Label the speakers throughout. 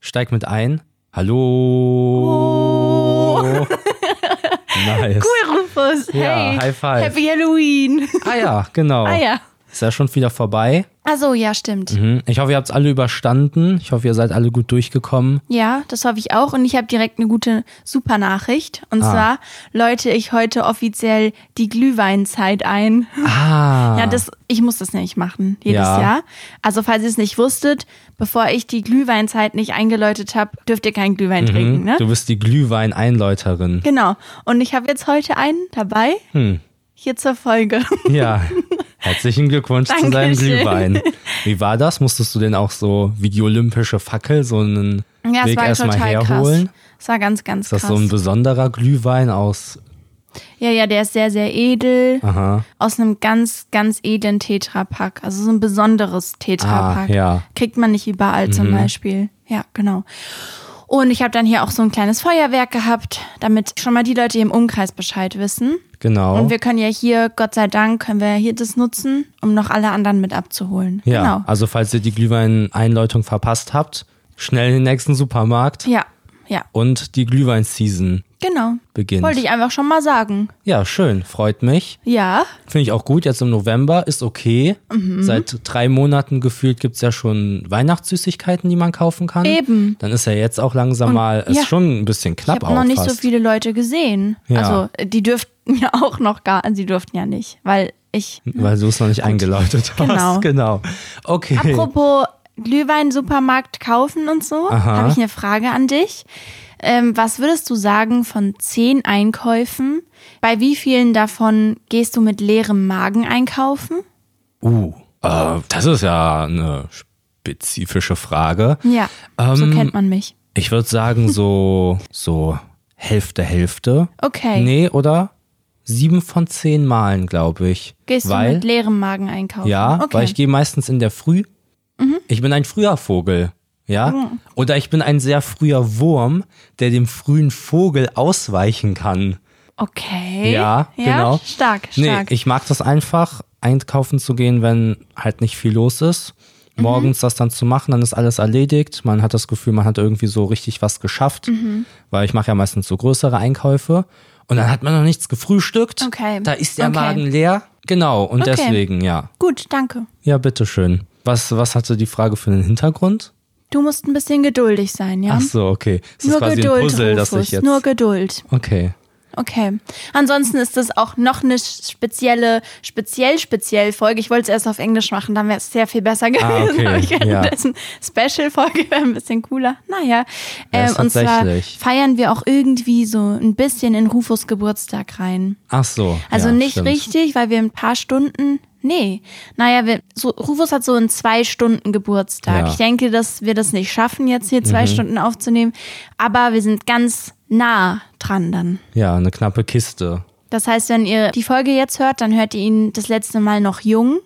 Speaker 1: steig mit ein.
Speaker 2: Oh.
Speaker 1: Hallo. Nice.
Speaker 2: Cool, Rufus. Hey.
Speaker 1: Ja, High Five.
Speaker 2: Happy Halloween.
Speaker 1: Ah ja, genau.
Speaker 2: Ah ja.
Speaker 1: Ist ja schon wieder vorbei.
Speaker 2: Also ja, stimmt.
Speaker 1: Mhm. Ich hoffe, ihr habt es alle überstanden. Ich hoffe, ihr seid alle gut durchgekommen.
Speaker 2: Ja, das hoffe ich auch. Und ich habe direkt eine gute, super Nachricht. Und
Speaker 1: Ah.
Speaker 2: zwar läute ich heute offiziell die Glühweinzeit ein.
Speaker 1: Ah.
Speaker 2: Ja, das, ich muss das nämlich machen, jedes
Speaker 1: Ja.
Speaker 2: Jahr. Also falls ihr es nicht wusstet, bevor ich die Glühweinzeit nicht eingeläutet habe, dürft ihr keinen Glühwein trinken, ne?
Speaker 1: Mhm. Du bist die Glühwein-Einläuterin. Hm.
Speaker 2: Genau. Und ich habe jetzt heute einen dabei. Hier zur Folge.
Speaker 1: Ja. Herzlichen Glückwunsch zu deinem
Speaker 2: Dankeschön.
Speaker 1: Glühwein. Wie war das? Musstest du denn auch so wie die olympische Fackel so einen
Speaker 2: Ja, es
Speaker 1: Weg
Speaker 2: war
Speaker 1: erstmal
Speaker 2: total
Speaker 1: herholen?
Speaker 2: krass. Es war ganz, ganz
Speaker 1: Ist das
Speaker 2: krass.
Speaker 1: so ein besonderer Glühwein aus?
Speaker 2: ja, ja, der ist sehr, sehr edel.
Speaker 1: Aha.
Speaker 2: aus einem ganz, ganz edlen Tetrapack. Also so ein besonderes Tetrapack.
Speaker 1: Ah, ja. Mhm.
Speaker 2: Kriegt man nicht überall zum Beispiel. Ja, genau. Und ich habe dann hier auch so ein kleines Feuerwerk gehabt, damit schon mal die Leute hier im Umkreis Bescheid wissen.
Speaker 1: Genau.
Speaker 2: Und wir können ja hier, Gott sei Dank, können wir hier das nutzen, um noch alle anderen mit abzuholen.
Speaker 1: ja.
Speaker 2: Genau.
Speaker 1: Also falls ihr die Glühwein-Einläutung verpasst habt, schnell in den nächsten Supermarkt
Speaker 2: Ja, ja,
Speaker 1: und die Glühwein-Season
Speaker 2: genau.
Speaker 1: beginnt.
Speaker 2: Wollte ich einfach schon mal sagen.
Speaker 1: Ja, schön. Freut mich.
Speaker 2: Ja,
Speaker 1: Finde ich auch gut, jetzt im November ist okay.
Speaker 2: Mhm.
Speaker 1: Seit drei Monaten gefühlt gibt es ja schon Weihnachtssüßigkeiten, die man kaufen kann.
Speaker 2: Eben.
Speaker 1: Dann ist ja jetzt auch langsam mal, ist
Speaker 2: ja.
Speaker 1: schon ein bisschen knapp
Speaker 2: ich habe noch
Speaker 1: auch
Speaker 2: nicht
Speaker 1: fast.
Speaker 2: so viele Leute gesehen.
Speaker 1: Ja.
Speaker 2: Also die dürften ja auch noch gar, sie durften ja nicht, weil ich
Speaker 1: ne? Weil du es noch nicht eingeläutet hast. Genau. Okay.
Speaker 2: Apropos Glühwein, Supermarkt kaufen und so,
Speaker 1: Aha.
Speaker 2: habe ich eine Frage an dich. Ähm, was würdest du sagen von zehn Einkäufen? Bei wie vielen davon gehst du mit leerem Magen einkaufen?
Speaker 1: Uh, äh, das ist ja eine spezifische Frage.
Speaker 2: Ja, so
Speaker 1: Ähm,
Speaker 2: kennt man mich.
Speaker 1: Ich würde sagen, so, so Hälfte, Hälfte.
Speaker 2: Okay.
Speaker 1: Nee, oder? Sieben von zehn Malen, glaube ich.
Speaker 2: Gehst du
Speaker 1: weil,
Speaker 2: mit leerem Magen einkaufen?
Speaker 1: Ja,
Speaker 2: okay. Mhm.
Speaker 1: weil ich gehe meistens in der Früh. Ich bin ein früher Vogel. Ja? Oder ich bin ein sehr früher Wurm, der dem frühen Vogel ausweichen kann.
Speaker 2: okay.
Speaker 1: Ja, genau.
Speaker 2: Stark, stark.
Speaker 1: Nee, ich mag das einfach, einkaufen zu gehen, wenn halt nicht viel los ist.
Speaker 2: Mhm.
Speaker 1: Morgens das dann zu machen, dann ist alles erledigt. Man hat das Gefühl, man hat irgendwie so richtig was geschafft,
Speaker 2: Mhm.
Speaker 1: weil ich mache ja meistens so größere Einkäufe. Und dann hat man noch nichts gefrühstückt.
Speaker 2: Okay.
Speaker 1: Da ist der
Speaker 2: Okay.
Speaker 1: Magen leer. Genau, und
Speaker 2: Okay.
Speaker 1: deswegen, ja.
Speaker 2: Gut, danke.
Speaker 1: Ja, bitteschön. Was, was hatte die Frage für einen Hintergrund?
Speaker 2: Du musst ein bisschen geduldig sein, ja?
Speaker 1: Ach so, okay. Es ist
Speaker 2: Ähm, Nur
Speaker 1: quasi
Speaker 2: Geduld,
Speaker 1: ein Puzzle, dass
Speaker 2: Rufus,
Speaker 1: ich jetzt.
Speaker 2: nur Geduld.
Speaker 1: okay.
Speaker 2: Okay. Ansonsten ist das auch noch eine spezielle, speziell, speziell Folge. Ich wollte es erst auf Englisch machen, dann wäre es sehr viel besser gewesen.
Speaker 1: Ah, okay,
Speaker 2: Aber ich
Speaker 1: ja.
Speaker 2: währenddessen Special-Folge wäre ein bisschen cooler. Naja.
Speaker 1: Ja,
Speaker 2: Ähm,
Speaker 1: ist
Speaker 2: und zwar
Speaker 1: tatsächlich.
Speaker 2: feiern wir auch irgendwie so ein bisschen in Rufus Geburtstag rein.
Speaker 1: Ach so.
Speaker 2: Also
Speaker 1: ja,
Speaker 2: nicht
Speaker 1: stimmt.
Speaker 2: richtig, weil wir ein paar Stunden. Nee. Naja, wir, so, Rufus hat so einen zwei Stunden Geburtstag.
Speaker 1: Ja. Mhm.
Speaker 2: Ich denke, dass wir das nicht schaffen, jetzt hier zwei Stunden aufzunehmen. Aber wir sind ganz nah dran dann.
Speaker 1: Ja, eine knappe Kiste.
Speaker 2: Das heißt, wenn ihr die Folge jetzt hört, dann hört ihr ihn das letzte Mal noch jung.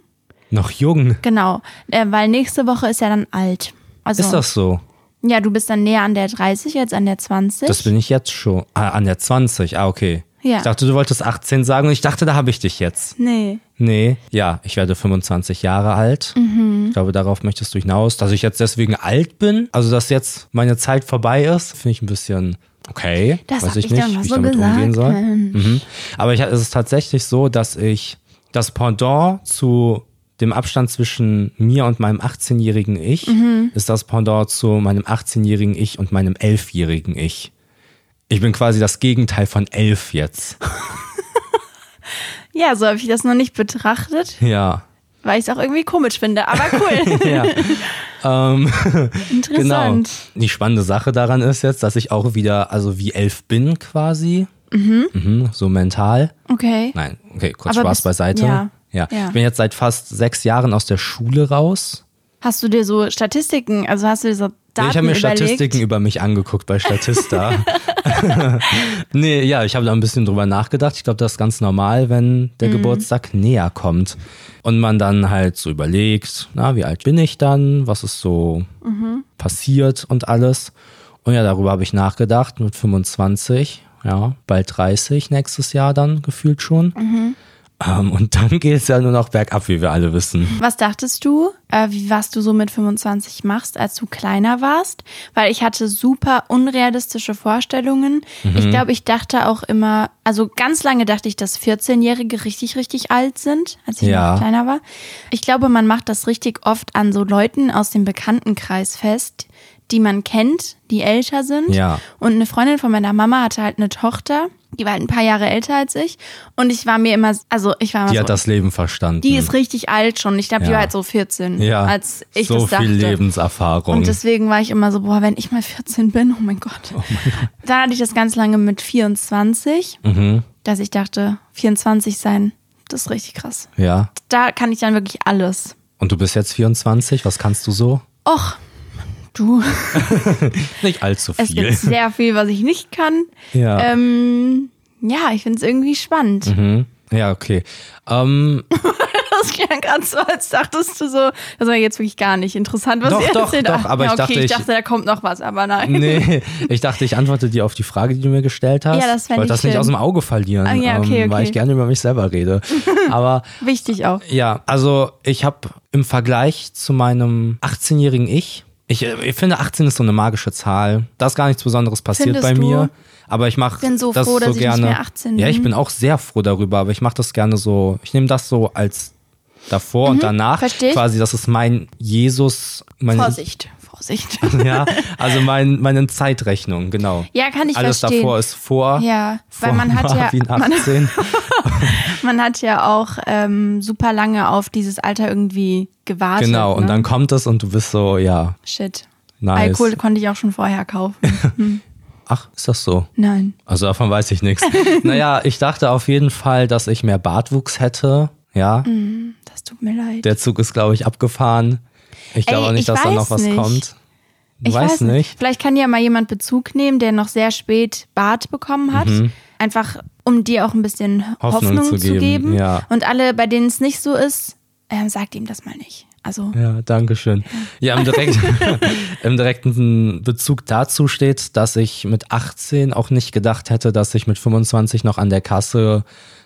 Speaker 1: Noch jung.
Speaker 2: Genau, äh, weil nächste Woche ist er dann alt. Also,
Speaker 1: Ist das so?
Speaker 2: Ja, du bist dann näher an der 30 als an der 20.
Speaker 1: Das bin ich jetzt schon. Ah, an der 20. Ah, okay.
Speaker 2: Ja.
Speaker 1: Ich dachte, du wolltest 18 sagen und ich dachte, da habe ich dich jetzt.
Speaker 2: nee.
Speaker 1: Nee. Ja, ich werde 25 Jahre alt.
Speaker 2: Mhm.
Speaker 1: Ich glaube, darauf möchtest du hinaus. Dass ich jetzt deswegen alt bin, also dass jetzt meine Zeit vorbei ist, finde ich ein bisschen okay.
Speaker 2: Das
Speaker 1: Weiß
Speaker 2: hab
Speaker 1: ich
Speaker 2: ich
Speaker 1: nicht,
Speaker 2: doch mal
Speaker 1: wie ich
Speaker 2: so
Speaker 1: damit umgehen
Speaker 2: gesagt,
Speaker 1: soll.
Speaker 2: Mensch.
Speaker 1: Mhm. Aber ich, es ist tatsächlich so, dass ich das Pendant zu dem Abstand zwischen mir und meinem 18-jährigen Ich
Speaker 2: Mhm.
Speaker 1: ist das Pendant zu meinem 18-jährigen Ich und meinem 11-jährigen Ich. Ich bin quasi das Gegenteil von 11 jetzt.
Speaker 2: Ja, so habe ich das noch nicht betrachtet,
Speaker 1: Ja.
Speaker 2: weil ich es auch irgendwie komisch finde. Aber cool,
Speaker 1: ja. Genau.
Speaker 2: interessant.
Speaker 1: Die spannende Sache daran ist jetzt, dass ich auch wieder, also wie elf bin quasi. Mhm. so mental.
Speaker 2: Okay.
Speaker 1: Nein, okay, kurz
Speaker 2: Aber
Speaker 1: Spaß
Speaker 2: bist-
Speaker 1: beiseite.
Speaker 2: ja.
Speaker 1: ja.
Speaker 2: Ja.
Speaker 1: Ich bin jetzt seit fast sechs Jahren aus der Schule raus.
Speaker 2: Hast du dir so Statistiken, also hast du dir so Daten
Speaker 1: Nee, ich habe mir
Speaker 2: überlegt?
Speaker 1: Statistiken über mich angeguckt bei Statista. nee, ja, ich habe da ein bisschen drüber nachgedacht. Ich glaube, das ist ganz normal, wenn der
Speaker 2: Mhm.
Speaker 1: Geburtstag näher kommt. Und man dann halt so überlegt, na, wie alt bin ich dann? Was ist so
Speaker 2: Mhm.
Speaker 1: passiert und alles? Und ja, darüber habe ich nachgedacht
Speaker 2: Mhm.
Speaker 1: mit 25, ja, bald 30 nächstes Jahr dann gefühlt schon. Ähm, und dann geht es ja nur noch bergab, wie wir alle wissen.
Speaker 2: Was dachtest du, äh, wie- was du so mit 25 machst, als du kleiner warst? Weil ich hatte super unrealistische Vorstellungen.
Speaker 1: Mhm.
Speaker 2: Ich glaube, ich dachte auch immer, also ganz lange dachte ich, dass 14-Jährige richtig, richtig alt sind, als ich
Speaker 1: Ja.
Speaker 2: noch kleiner war. Ich glaube, man macht das richtig oft an so Leuten aus dem Bekanntenkreis fest, die man kennt, die älter sind.
Speaker 1: Ja.
Speaker 2: Und eine Freundin von meiner Mama hatte halt eine Tochter. Die war halt ein paar Jahre älter als ich. Und ich war mir immer, also ich war immer
Speaker 1: Die
Speaker 2: so,
Speaker 1: hat das Leben verstanden.
Speaker 2: die ist richtig alt schon. Ich glaube, die
Speaker 1: Hm. Ja.
Speaker 2: war halt so 14,
Speaker 1: ja,
Speaker 2: als ich
Speaker 1: so
Speaker 2: das dachte.
Speaker 1: viel Lebenserfahrung.
Speaker 2: Und deswegen war ich immer so, boah, wenn ich mal 14 bin, oh mein Gott. Dann hatte ich das ganz lange mit 24,
Speaker 1: Mhm.
Speaker 2: dass ich dachte, 24 sein, das ist richtig krass.
Speaker 1: ja.
Speaker 2: Da kann ich dann wirklich alles.
Speaker 1: Und du bist jetzt 24, was kannst du so?
Speaker 2: Och, du,
Speaker 1: Nicht allzu
Speaker 2: es
Speaker 1: viel.
Speaker 2: gibt sehr viel, was ich nicht kann.
Speaker 1: Ja.
Speaker 2: Ähm, ja, ich finde es irgendwie spannend.
Speaker 1: Hm. Ja, okay. Ähm,
Speaker 2: Das klang gerade so, als dachtest du so, das war jetzt wirklich gar nicht interessant, was
Speaker 1: Doch,
Speaker 2: ihr
Speaker 1: doch,
Speaker 2: erzählt.
Speaker 1: doch,
Speaker 2: Ach,
Speaker 1: aber
Speaker 2: ja,
Speaker 1: ich dachte,
Speaker 2: okay, ich
Speaker 1: ich-
Speaker 2: dachte, da kommt noch was, aber nein.
Speaker 1: nee, ich dachte, ich antworte dir auf die Frage, die du mir gestellt hast.
Speaker 2: Ja, das fänd
Speaker 1: ich wollte
Speaker 2: ich
Speaker 1: das nicht
Speaker 2: schön.
Speaker 1: aus dem Auge verlieren,
Speaker 2: Ah, ja, okay,
Speaker 1: ähm, weil
Speaker 2: okay.
Speaker 1: ich gerne über mich selber rede. Aber
Speaker 2: Wichtig auch.
Speaker 1: Ja, also ich habe im Vergleich zu meinem 18-jährigen Ich, ich, äh, ich finde 18 ist so eine magische Zahl. Da ist gar nichts Besonderes passiert
Speaker 2: Findest
Speaker 1: bei
Speaker 2: du?
Speaker 1: mir. Aber ich mache
Speaker 2: bin so
Speaker 1: das
Speaker 2: froh,
Speaker 1: so
Speaker 2: dass ich nicht
Speaker 1: gerne.
Speaker 2: mehr 18
Speaker 1: Ja, ich
Speaker 2: bin.
Speaker 1: bin auch sehr froh darüber, aber ich mache das gerne so. Ich nehme das so als davor und danach.
Speaker 2: versteh Mhm, ich.
Speaker 1: Quasi, das ist mein Jesus, meine,
Speaker 2: Vorsicht, Vorsicht.
Speaker 1: ja, also mein, meine Zeitrechnung, genau.
Speaker 2: Ja, kann ich
Speaker 1: Alles
Speaker 2: verstehen.
Speaker 1: davor ist vor.
Speaker 2: Ja, weil
Speaker 1: vor
Speaker 2: man hat ja,
Speaker 1: Marvin
Speaker 2: man,
Speaker 1: 18.
Speaker 2: man hat ja auch ähm, super lange auf dieses Alter irgendwie gewartet.
Speaker 1: genau,
Speaker 2: ne?
Speaker 1: und dann kommt es und du bist so, ja,
Speaker 2: Shit.
Speaker 1: nice.
Speaker 2: Alkohol konnte ich auch schon vorher kaufen.
Speaker 1: Ach, ist das so?
Speaker 2: Nein.
Speaker 1: Also davon weiß ich nichts. Naja, ich dachte auf jeden Fall, dass ich mehr Bartwuchs hätte. Ja,
Speaker 2: Mhm. Das tut mir leid.
Speaker 1: der Zug ist, glaube ich, abgefahren. Ich glaube
Speaker 2: Ey,
Speaker 1: auch nicht,
Speaker 2: ich
Speaker 1: dass da
Speaker 2: weiß
Speaker 1: noch was
Speaker 2: nicht.
Speaker 1: kommt. Du
Speaker 2: ich
Speaker 1: weißt nicht.
Speaker 2: Vielleicht kann ja mal jemand Bezug nehmen, der noch sehr spät Bart bekommen hat.
Speaker 1: Mhm.
Speaker 2: Einfach, um dir auch ein bisschen Hoffnung, zu geben.
Speaker 1: ja.
Speaker 2: Und alle, bei denen es nicht so ist, ähm, sagt ihm das mal nicht. Also,
Speaker 1: Ja, danke schön. Ja, im, direkt, im direkten Bezug dazu steht, dass ich mit 18 auch nicht gedacht hätte, dass ich mit 25 noch an der Kasse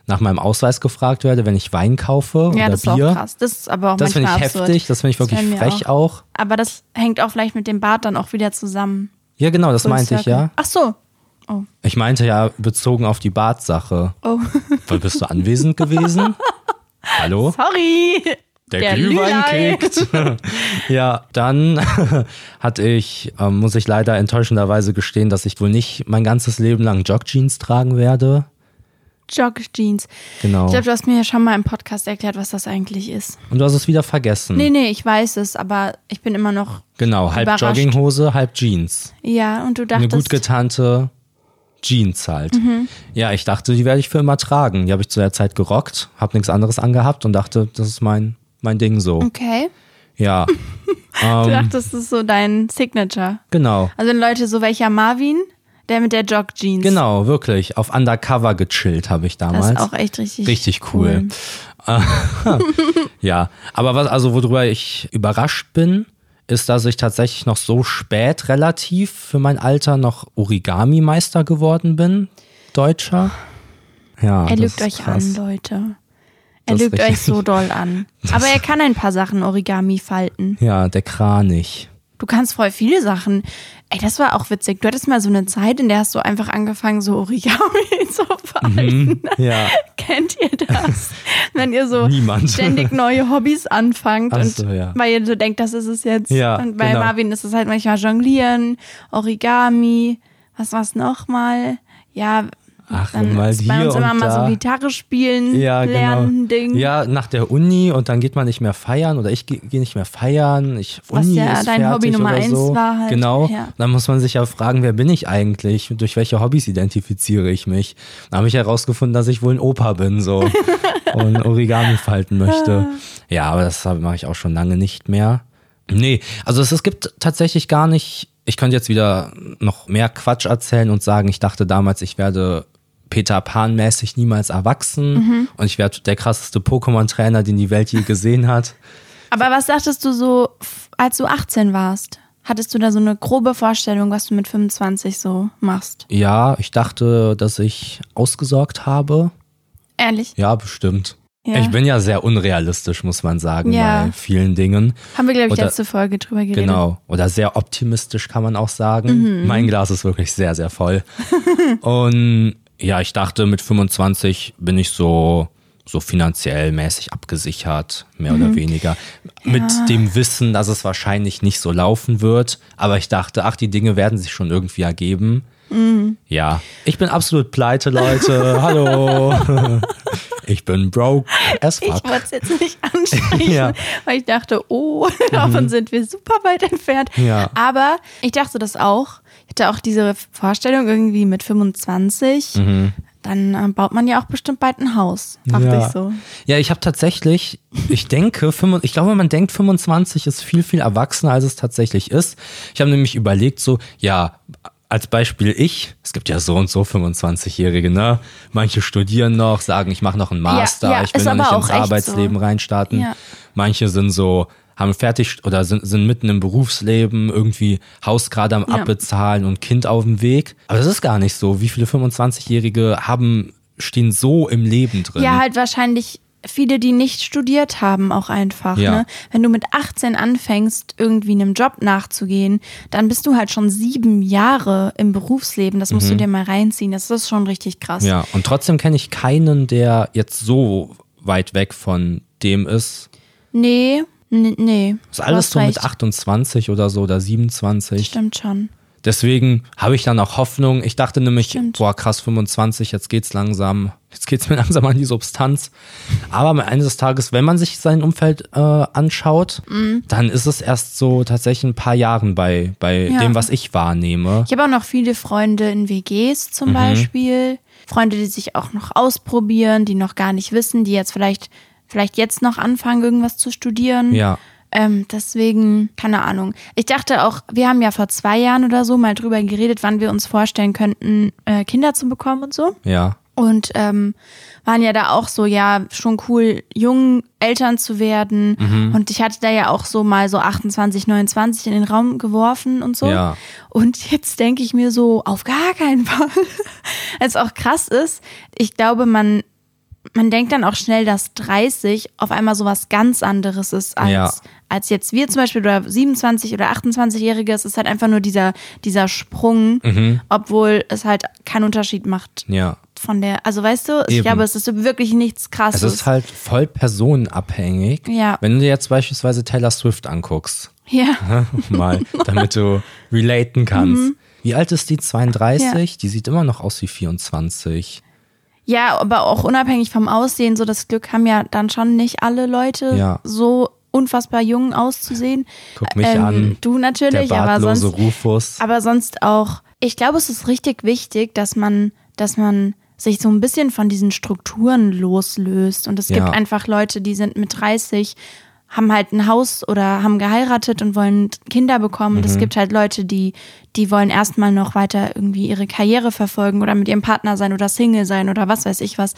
Speaker 1: nach meinem Ausweis gefragt werde, wenn ich Wein kaufe
Speaker 2: ja,
Speaker 1: oder
Speaker 2: das ist
Speaker 1: Bier.
Speaker 2: auch krass. Das ist aber auch
Speaker 1: Das finde
Speaker 2: manchmal
Speaker 1: ich
Speaker 2: absurd.
Speaker 1: heftig, das finde ich wirklich
Speaker 2: wär mir
Speaker 1: frech auch.
Speaker 2: Aber das hängt auch vielleicht mit dem Bart dann auch wieder zusammen.
Speaker 1: Ja, genau, das meinte ich, ja.
Speaker 2: Ach so.
Speaker 1: Ich meinte ja bezogen auf die Bartsache.
Speaker 2: Oh,
Speaker 1: Weil bist du anwesend gewesen? Hallo?
Speaker 2: sorry.
Speaker 1: Der, Glühwein
Speaker 2: Lülei.
Speaker 1: kickt. ja, dann hatte ich, ähm, muss ich leider enttäuschenderweise gestehen, dass ich wohl nicht mein ganzes Leben lang Jogjeans tragen werde.
Speaker 2: Jogjeans.
Speaker 1: Genau.
Speaker 2: Ich glaube, du hast mir ja schon mal im Podcast erklärt, was das eigentlich ist.
Speaker 1: Und du hast es wieder vergessen.
Speaker 2: Nee, nee, ich weiß es, aber ich bin immer noch.
Speaker 1: genau, halb
Speaker 2: überrascht.
Speaker 1: Jogginghose, halb Jeans.
Speaker 2: Ja, und du
Speaker 1: Eine gut
Speaker 2: dachtest.
Speaker 1: getarnte Jeans halt.
Speaker 2: Mhm.
Speaker 1: Ja, ich dachte, die werde ich für immer tragen. Die habe ich zu der Zeit gerockt, habe nichts anderes angehabt und dachte, das ist mein, mein Ding so.
Speaker 2: okay.
Speaker 1: Ja, Ähm.
Speaker 2: Du dachtest, das ist so dein Signature.
Speaker 1: genau.
Speaker 2: Also wenn Leute, so welcher Marvin, der mit der Jogjeans.
Speaker 1: Genau, wirklich. Auf Undercover gechillt habe ich
Speaker 2: Das
Speaker 1: damals.
Speaker 2: ist auch echt richtig.
Speaker 1: Richtig cool. ja, aber was, also worüber ich überrascht bin, ist, dass ich tatsächlich noch so spät relativ für mein Alter noch Origami-Meister geworden bin. Deutscher. Ja,
Speaker 2: Er
Speaker 1: das
Speaker 2: lügt
Speaker 1: ist
Speaker 2: euch
Speaker 1: krass.
Speaker 2: an, Leute. Er
Speaker 1: Das ist
Speaker 2: lügt
Speaker 1: richtig.
Speaker 2: euch so doll an. Aber er kann ein paar Sachen Origami falten.
Speaker 1: Ja, der Kranich.
Speaker 2: Du kannst voll viele Sachen. Ey, das war auch witzig. Du hattest mal so eine Zeit, in der hast du einfach angefangen, so Origami zu falten.
Speaker 1: Mhm. Ja,
Speaker 2: Kennt ihr das? Wenn ihr so
Speaker 1: Niemand.
Speaker 2: ständig neue Hobbys anfangt
Speaker 1: Ach
Speaker 2: und
Speaker 1: so, ja.
Speaker 2: weil ihr so denkt, das ist es jetzt.
Speaker 1: Ja,
Speaker 2: und bei
Speaker 1: genau.
Speaker 2: Marvin ist es halt manchmal Jonglieren, Origami, was war's nochmal? Ja,
Speaker 1: Ach,
Speaker 2: dann
Speaker 1: mal
Speaker 2: ist bei
Speaker 1: hier
Speaker 2: uns immer
Speaker 1: und
Speaker 2: mal
Speaker 1: da.
Speaker 2: so Gitarre spielen,
Speaker 1: ja, genau.
Speaker 2: lernen, Ding.
Speaker 1: Ja, nach der Uni und dann geht man nicht mehr feiern oder ich gehe geh nicht mehr feiern. Ich,
Speaker 2: Was
Speaker 1: Uni
Speaker 2: ja
Speaker 1: ist
Speaker 2: dein
Speaker 1: fertig
Speaker 2: Hobby Nummer
Speaker 1: oder
Speaker 2: eins
Speaker 1: so.
Speaker 2: war halt,
Speaker 1: Genau.
Speaker 2: ja.
Speaker 1: Dann muss man sich ja fragen, wer bin ich eigentlich? Durch welche Hobbys identifiziere ich mich? Dann habe ich herausgefunden, dass ich wohl ein Opa bin so und Origami falten möchte.
Speaker 2: Ah.
Speaker 1: Ja, aber das habe- mache ich auch schon lange nicht mehr. Nee, also es, es gibt tatsächlich gar nicht. Ich könnte jetzt wieder noch mehr Quatsch erzählen und sagen, ich dachte damals, ich werde Peter Pan-mäßig niemals erwachsen
Speaker 2: Mhm.
Speaker 1: und ich werde der krasseste Pokémon-Trainer, den die Welt je gesehen hat.
Speaker 2: Aber was dachtest du so, f- als du 18 warst? Hattest du da so eine grobe Vorstellung, was du mit 25 so machst?
Speaker 1: Ja, ich dachte, dass ich ausgesorgt habe.
Speaker 2: Ehrlich?
Speaker 1: Ja, bestimmt.
Speaker 2: Ja.
Speaker 1: Ich bin ja sehr unrealistisch, muss man sagen,
Speaker 2: Ja.
Speaker 1: bei vielen Dingen.
Speaker 2: Haben wir, glaube ich,
Speaker 1: Oder-
Speaker 2: letzte Folge drüber geredet. Mhm.
Speaker 1: Genau. Oder sehr optimistisch kann man auch sagen. Mein Glas ist wirklich sehr, sehr voll. Und ja, ich dachte, mit 25 bin ich so, so finanziell mäßig abgesichert, mehr
Speaker 2: Mhm.
Speaker 1: oder weniger. Mit dem Wissen, dass es wahrscheinlich nicht so laufen wird. Aber ich dachte, ach, die Dinge werden sich schon irgendwie ergeben.
Speaker 2: Mhm.
Speaker 1: Ja, ich bin absolut pleite, Leute. Hallo. Ich bin broke as
Speaker 2: Ich
Speaker 1: fuck.
Speaker 2: wollte es jetzt nicht ansprechen,
Speaker 1: Ja. Mhm.
Speaker 2: weil ich dachte, oh, davon sind wir super weit entfernt.
Speaker 1: Ja.
Speaker 2: Aber ich dachte das auch. Ich hatte auch diese Vorstellung irgendwie mit 25. Dann äh, baut man ja auch bestimmt bald ein Haus, dachte
Speaker 1: Mhm. ja.
Speaker 2: ich so.
Speaker 1: Ja, ich habe tatsächlich, ich denke, 25 ich glaube, man denkt, 25 ist viel, viel erwachsener, als es tatsächlich ist. Ich habe nämlich überlegt, so, ja, als Beispiel ich, es gibt ja so und so 25-Jährige, ne? Manche studieren noch, sagen, ich mache noch einen Master,
Speaker 2: ja,
Speaker 1: ich will
Speaker 2: ist
Speaker 1: noch
Speaker 2: aber
Speaker 1: nicht
Speaker 2: auch
Speaker 1: ins
Speaker 2: echt
Speaker 1: Arbeitsleben reinstarten.
Speaker 2: Ja.
Speaker 1: Manche sind so, haben fertig oder sind, sind mitten im Berufsleben, irgendwie Haus gerade am Abbezahlen und Kind auf dem Weg. Aber das ist gar nicht so. Wie viele 25-Jährige haben, stehen so im Leben drin?
Speaker 2: Ja, halt wahrscheinlich viele, die nicht studiert haben, auch einfach.
Speaker 1: Ja.
Speaker 2: Ne? Wenn du mit 18 anfängst, irgendwie einem Job nachzugehen, dann bist du halt schon sieben Jahre im Berufsleben. Das musst
Speaker 1: Mhm.
Speaker 2: du dir mal reinziehen. Das ist schon richtig krass.
Speaker 1: Ja, und trotzdem kenne ich keinen, der jetzt so weit weg von dem ist.
Speaker 2: Nee, n- nee.
Speaker 1: Ist alles so
Speaker 2: Du hast
Speaker 1: mit
Speaker 2: recht.
Speaker 1: 28 oder so oder 27.
Speaker 2: Stimmt schon.
Speaker 1: Deswegen habe ich dann auch Hoffnung. Ich dachte nämlich,
Speaker 2: Stimmt.
Speaker 1: boah, krass, 25, jetzt geht's langsam, jetzt geht's mir langsam an die Substanz. Aber am Ende des Tages, wenn man sich sein Umfeld äh, anschaut,
Speaker 2: Mhm.
Speaker 1: dann ist es erst so tatsächlich ein paar Jahren bei, bei
Speaker 2: Ja.
Speaker 1: dem, was ich wahrnehme.
Speaker 2: Ich habe auch noch viele Freunde in WGs
Speaker 1: Mhm.
Speaker 2: zum Beispiel. Freunde, die sich auch noch ausprobieren, die noch gar nicht wissen, die jetzt vielleicht, vielleicht jetzt noch anfangen, irgendwas zu studieren.
Speaker 1: Ja.
Speaker 2: Ähm, deswegen, keine Ahnung. Ich dachte auch, wir haben ja vor zwei Jahren oder so mal drüber geredet, wann wir uns vorstellen könnten, äh, Kinder zu bekommen und so.
Speaker 1: Ja.
Speaker 2: Und ähm, waren ja da auch so, ja, schon cool, jung Eltern zu werden.
Speaker 1: Mhm.
Speaker 2: Und ich hatte da ja auch so mal so 28, 29 in den Raum geworfen und so.
Speaker 1: Ja.
Speaker 2: Und jetzt denke ich mir so, auf gar keinen Fall. Als auch krass ist, ich glaube, man, man denkt dann auch schnell, dass 30 auf einmal so was ganz anderes ist als,
Speaker 1: Ja.
Speaker 2: als jetzt wir zum Beispiel oder 27 oder 28-Jährige. Es ist halt einfach nur dieser, dieser Sprung,
Speaker 1: Mhm.
Speaker 2: obwohl es halt keinen Unterschied macht
Speaker 1: Ja.
Speaker 2: von der, also weißt du, ich
Speaker 1: Eben.
Speaker 2: glaube, es ist wirklich nichts krasses.
Speaker 1: Es ist halt voll personenabhängig.
Speaker 2: Ja.
Speaker 1: Wenn du dir jetzt beispielsweise Taylor Swift anguckst, ne,
Speaker 2: ja.
Speaker 1: mal, damit du relaten kannst.
Speaker 2: Mhm.
Speaker 1: Wie alt ist die? 32? Die sieht immer noch aus wie 24.
Speaker 2: ja, aber auch unabhängig vom Aussehen, so das Glück haben ja dann schon nicht alle Leute,
Speaker 1: Ja.
Speaker 2: so unfassbar jung auszusehen.
Speaker 1: Guck mich
Speaker 2: ähm,
Speaker 1: an,
Speaker 2: Du
Speaker 1: Der
Speaker 2: natürlich, aber
Speaker 1: bartlose
Speaker 2: sonst,
Speaker 1: Rufus.
Speaker 2: aber sonst auch, ich glaube, es ist richtig wichtig, dass man, dass man sich so ein bisschen von diesen Strukturen loslöst. Und es gibt
Speaker 1: Ja.
Speaker 2: einfach Leute, die sind mit 30, haben halt ein Haus oder haben geheiratet und wollen Kinder bekommen. Und es gibt halt Leute, die, die wollen erstmal noch weiter irgendwie ihre Karriere verfolgen oder mit ihrem Partner sein oder Single sein oder was weiß ich was.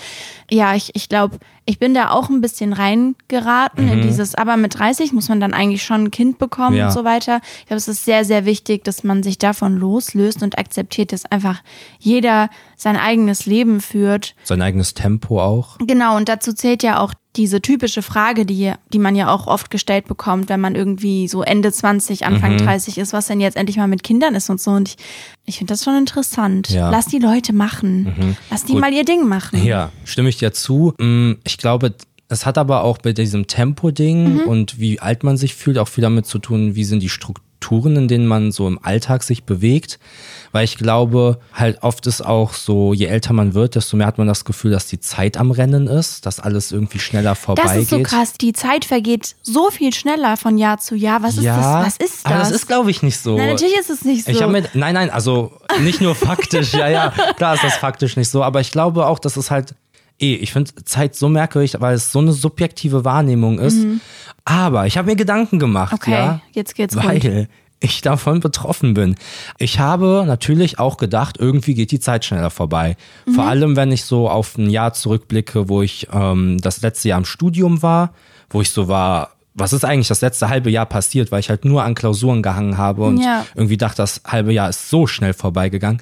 Speaker 2: Ja, ich, ich glaube, ich bin da auch ein bisschen reingeraten in dieses, aber mit 30 muss man dann eigentlich schon ein Kind bekommen
Speaker 1: Ja.
Speaker 2: und so weiter. Ich glaube, es ist sehr, sehr wichtig, dass man sich davon loslöst und akzeptiert, dass einfach jeder sein eigenes Leben führt.
Speaker 1: Sein eigenes Tempo auch.
Speaker 2: Genau, und dazu zählt ja auch diese typische Frage, die, die man ja auch oft gestellt bekommt, wenn man irgendwie so Ende 20,
Speaker 1: Mhm.
Speaker 2: Anfang 30 ist, was denn jetzt endlich mal mit Kindern ist und so. Und ich, ich finde das schon interessant.
Speaker 1: Ja. Mhm.
Speaker 2: Lass die Leute machen. Lass die
Speaker 1: Gut.
Speaker 2: mal ihr Ding machen.
Speaker 1: Ja, stimme ich dir zu. Mm, Ich glaube, es hat aber auch bei diesem Tempo-Ding
Speaker 2: Mhm.
Speaker 1: und wie alt man sich fühlt, auch viel damit zu tun, wie sind die Strukturen, in denen man so im Alltag sich bewegt. Weil ich glaube, halt oft ist auch so, je älter man wird, desto mehr hat man das Gefühl, dass die Zeit am Rennen ist, dass alles irgendwie schneller
Speaker 2: Das
Speaker 1: vorbeigeht.
Speaker 2: ist so krass. Die Zeit vergeht so viel schneller von Jahr zu Jahr. Was ist
Speaker 1: Ja,
Speaker 2: das? Was ist das?
Speaker 1: aber das ist, glaube ich, nicht so.
Speaker 2: Nein, natürlich ist es nicht so.
Speaker 1: Ich hab mir, nein, nein, also nicht nur faktisch, ja, ja, klar ist das faktisch nicht so, aber ich glaube auch, dass es halt eh, ich finde Zeit so merkwürdig, weil es so eine subjektive Wahrnehmung ist. Aber ich habe mir Gedanken gemacht,
Speaker 2: Mhm. Okay,
Speaker 1: ja,
Speaker 2: jetzt geht's
Speaker 1: weil
Speaker 2: rund.
Speaker 1: ich davon betroffen bin. Ich habe natürlich auch gedacht, irgendwie geht die Zeit schneller vorbei.
Speaker 2: Mhm.
Speaker 1: Vor allem, wenn ich so auf ein Jahr zurückblicke, wo ich ähm, das letzte Jahr im Studium war, wo ich so war, was ist eigentlich das letzte halbe Jahr passiert, weil ich halt nur an Klausuren gehangen habe und
Speaker 2: Ja.
Speaker 1: irgendwie dachte, das halbe Jahr ist so schnell vorbeigegangen.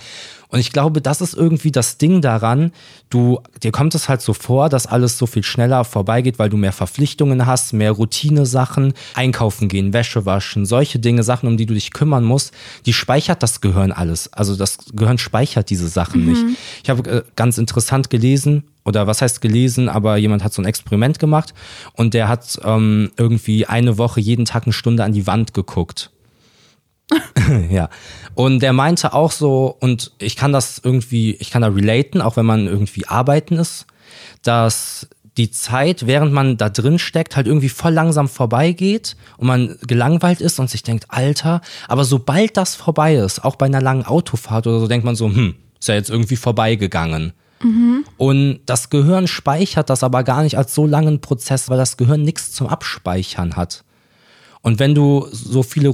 Speaker 1: Und ich glaube, das ist irgendwie das Ding daran, du, dir kommt es halt so vor, dass alles so viel schneller vorbeigeht, weil du mehr Verpflichtungen hast, mehr Routine-Sachen, einkaufen gehen, Wäsche waschen, solche Dinge, Sachen, um die du dich kümmern musst, die speichert das Gehirn alles. Also das Gehirn speichert diese Sachen nicht. Ich habe äh, ganz interessant gelesen, oder was heißt gelesen, aber jemand hat so ein Experiment gemacht und der hat ähm, irgendwie eine Woche jeden Tag eine Stunde an die Wand geguckt. ja. Und der meinte auch so, und ich kann das irgendwie, ich kann da relaten, auch wenn man irgendwie arbeiten ist, dass die Zeit, während man da drin steckt, halt irgendwie voll langsam vorbeigeht und man gelangweilt ist und sich denkt, Alter, aber sobald das vorbei ist, auch bei einer langen Autofahrt oder so, denkt man so, hm, ist ja jetzt irgendwie vorbeigegangen. Und das Gehirn speichert das aber gar nicht als so langen Prozess, weil das Gehirn nichts zum Abspeichern hat. Und wenn du so viele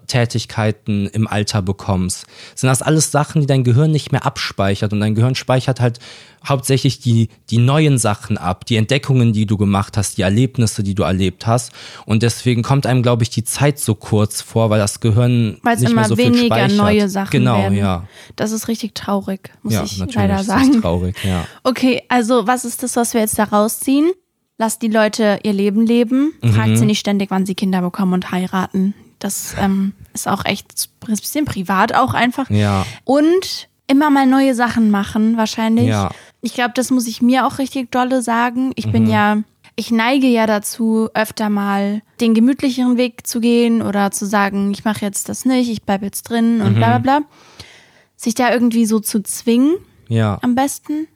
Speaker 1: Routinetätigkeiten im Alter bekommst, sind das alles Sachen, die dein Gehirn nicht mehr abspeichert. Und dein Gehirn speichert halt hauptsächlich die, die neuen Sachen ab, die Entdeckungen, die du gemacht hast, die Erlebnisse, die du erlebt hast. Und deswegen kommt einem, glaube ich, die Zeit so kurz vor, weil das Gehirn
Speaker 2: Weil es
Speaker 1: nicht
Speaker 2: immer
Speaker 1: mehr so viel
Speaker 2: weniger
Speaker 1: speichert.
Speaker 2: neue Sachen
Speaker 1: genau,
Speaker 2: werden.
Speaker 1: ja.
Speaker 2: Das ist richtig traurig, muss
Speaker 1: ja,
Speaker 2: ich
Speaker 1: natürlich
Speaker 2: leider
Speaker 1: ist
Speaker 2: sagen.
Speaker 1: Das traurig, ja.
Speaker 2: Okay, also was ist das, was wir jetzt da rausziehen? Lasst die Leute ihr Leben leben.
Speaker 1: Mhm.
Speaker 2: Fragt sie nicht ständig, wann sie Kinder bekommen und heiraten. Das ähm, ist auch echt ein bisschen privat auch einfach.
Speaker 1: Ja.
Speaker 2: Und immer mal neue Sachen machen, wahrscheinlich.
Speaker 1: Ja. Mhm.
Speaker 2: Ich glaube, das muss ich mir auch richtig dolle sagen. Ich bin ja, ich neige ja dazu, öfter mal den gemütlicheren Weg zu gehen oder zu sagen, ich mache jetzt das nicht, ich bleib jetzt drin
Speaker 1: Mhm.
Speaker 2: und bla bla bla. Sich da irgendwie so zu zwingen,
Speaker 1: Ja.
Speaker 2: am besten.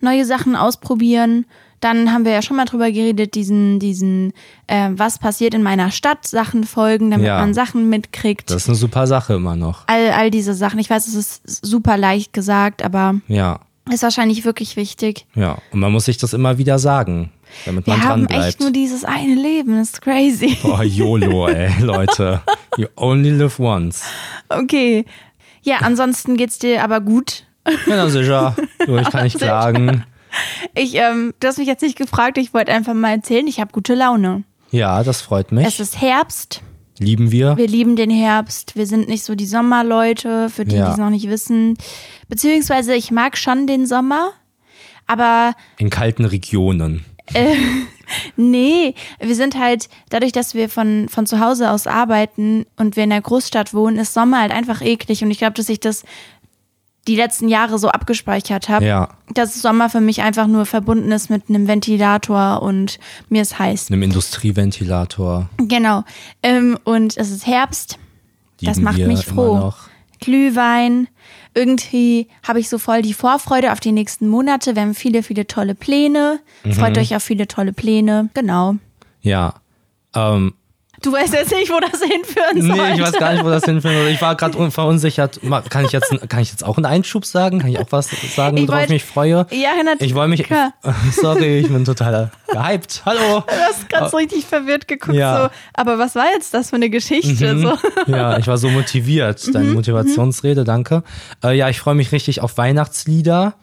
Speaker 2: Neue Sachen ausprobieren. Dann haben wir ja schon mal drüber geredet, diesen, diesen, äh, was passiert in meiner Stadt, Sachen folgen, damit
Speaker 1: Ja.
Speaker 2: man Sachen mitkriegt.
Speaker 1: Das ist eine super Sache immer noch.
Speaker 2: all, all diese Sachen. Ich weiß, es ist super leicht gesagt, aber
Speaker 1: Ja.
Speaker 2: ist wahrscheinlich wirklich wichtig.
Speaker 1: Ja. Und man muss sich das immer wieder sagen, damit
Speaker 2: Wir
Speaker 1: man
Speaker 2: haben
Speaker 1: dran
Speaker 2: echt
Speaker 1: bleibt.
Speaker 2: nur dieses eine Leben, das ist crazy.
Speaker 1: Boah, YOLO, ey, Leute. You only live once.
Speaker 2: Okay. Ja, ansonsten geht's dir aber gut.
Speaker 1: Ja, na sicher. Du, ich kann nicht klagen.
Speaker 2: Ich, ähm, du hast mich jetzt nicht gefragt, ich wollte einfach mal erzählen, ich habe gute Laune.
Speaker 1: Ja, das freut
Speaker 2: Es
Speaker 1: mich.
Speaker 2: ist Herbst.
Speaker 1: Lieben wir.
Speaker 2: Wir lieben den Herbst. Wir sind nicht so die Sommerleute, für die, die
Speaker 1: Ja.
Speaker 2: es noch nicht wissen. Beziehungsweise ich mag schon den Sommer, aber
Speaker 1: In kalten Regionen.
Speaker 2: nee, wir sind halt, dadurch, dass wir von, von zu Hause aus arbeiten und wir in der Großstadt wohnen, ist Sommer halt einfach eklig. Und ich glaube, dass ich das die letzten Jahre so abgespeichert habe,
Speaker 1: Ja.
Speaker 2: dass Sommer für mich einfach nur verbunden ist mit einem Ventilator und mir ist heiß.
Speaker 1: Einem Industrieventilator.
Speaker 2: Genau. Ähm, und es ist Herbst. Das
Speaker 1: Lieben
Speaker 2: macht
Speaker 1: wir
Speaker 2: mich
Speaker 1: immer
Speaker 2: froh.
Speaker 1: noch.
Speaker 2: Glühwein. Irgendwie habe ich so voll die Vorfreude auf die nächsten Monate. Wir haben viele, viele tolle Pläne.
Speaker 1: Mhm.
Speaker 2: Freut euch auf viele tolle Pläne. Genau.
Speaker 1: Ja. Ähm,
Speaker 2: Du weißt jetzt nicht, wo das hinführen soll.
Speaker 1: nee, ich weiß gar nicht, wo das hinführen soll. Ich war gerade un- verunsichert. Ma- Kann ich, jetzt, kann ich jetzt auch einen Einschub sagen? Kann ich auch was sagen,
Speaker 2: Ich
Speaker 1: worauf
Speaker 2: wollt-
Speaker 1: ich mich freue?
Speaker 2: Ja, Renat,
Speaker 1: Ich freue mich.
Speaker 2: Klar.
Speaker 1: Sorry, ich bin total gehypt. Hallo.
Speaker 2: du hast gerade so richtig verwirrt geguckt.
Speaker 1: Ah. Ja. Mhm.
Speaker 2: So. Aber was war jetzt das für eine Geschichte? So.
Speaker 1: Ja, ich war so
Speaker 2: Mhm,
Speaker 1: motiviert. Deine Motivationsrede, danke. Äh, ja, ich freue mich richtig auf Weihnachtslieder.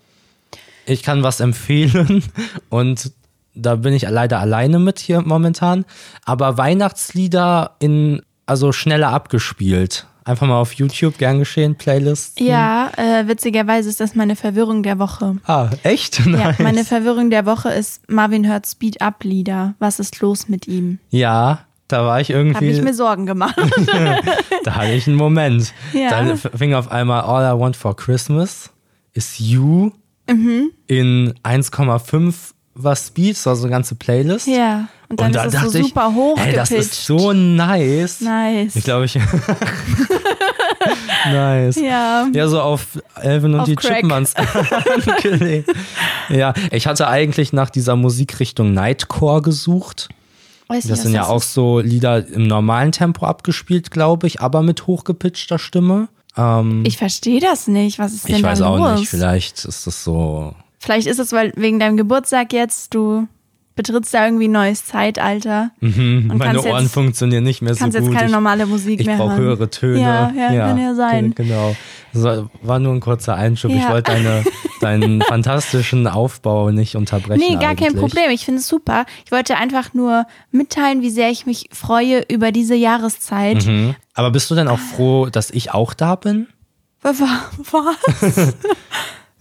Speaker 1: Ich kann was empfehlen und da bin ich leider alleine mit hier momentan. Aber Weihnachtslieder in, also schneller abgespielt. Einfach mal auf YouTube, gern geschehen, Playlist.
Speaker 2: Ja, äh, witzigerweise ist das meine Verwirrung der Woche.
Speaker 1: Ah, echt?
Speaker 2: Ja,
Speaker 1: Nice.
Speaker 2: meine Verwirrung der Woche ist, Marvin hört Speed-Up-Lieder. Was ist los mit ihm?
Speaker 1: ja, da war ich
Speaker 2: Habe ich
Speaker 1: irgendwie,
Speaker 2: mir Sorgen gemacht.
Speaker 1: da hatte ich einen Moment.
Speaker 2: Ja.
Speaker 1: Dann f- fing auf einmal All I Want for Christmas is You
Speaker 2: Mhm.
Speaker 1: in 1,5 was Speed, das war so eine ganze Playlist.
Speaker 2: Ja, und dann
Speaker 1: da
Speaker 2: ist es so
Speaker 1: dachte ich,
Speaker 2: super hoch
Speaker 1: Ey, das ist so nice.
Speaker 2: nice.
Speaker 1: Ich glaube, ich. nice.
Speaker 2: ja.
Speaker 1: Ja, so auf Elvin und
Speaker 2: Auf
Speaker 1: die
Speaker 2: Crack.
Speaker 1: Chipmunks angelegt. Ja, ich hatte eigentlich nach dieser Musikrichtung Nightcore gesucht.
Speaker 2: Weiß nicht,
Speaker 1: Das
Speaker 2: was
Speaker 1: sind ja auch
Speaker 2: ist.
Speaker 1: so Lieder im normalen Tempo abgespielt, glaube ich, aber mit hochgepitchter Stimme. Ähm,
Speaker 2: Ich verstehe das nicht. Was ist denn
Speaker 1: ich weiß
Speaker 2: da
Speaker 1: auch
Speaker 2: los?
Speaker 1: nicht, vielleicht ist das so.
Speaker 2: Vielleicht ist es weil wegen deinem Geburtstag jetzt, du betrittst da irgendwie ein neues Zeitalter. und
Speaker 1: Mhm. Meine
Speaker 2: kannst
Speaker 1: Ohren
Speaker 2: jetzt,
Speaker 1: funktionieren nicht mehr Hm, so gut.
Speaker 2: kannst jetzt keine
Speaker 1: Ich-
Speaker 2: normale Musik
Speaker 1: Ich
Speaker 2: mehr
Speaker 1: brauche
Speaker 2: hören.
Speaker 1: höhere Töne.
Speaker 2: Ja, ja, kann ja sein.
Speaker 1: ge- Genau. So, war nur ein kurzer Einschub. Ich
Speaker 2: Ja.
Speaker 1: wollte deine deinen fantastischen Aufbau nicht unterbrechen.
Speaker 2: Nee, gar kein
Speaker 1: eigentlich.
Speaker 2: Problem. Ich finde es super. Ich wollte einfach nur mitteilen, wie sehr ich mich freue über diese Jahreszeit.
Speaker 1: Mhm. Aber bist du denn auch froh, dass ich auch da bin?
Speaker 2: Was?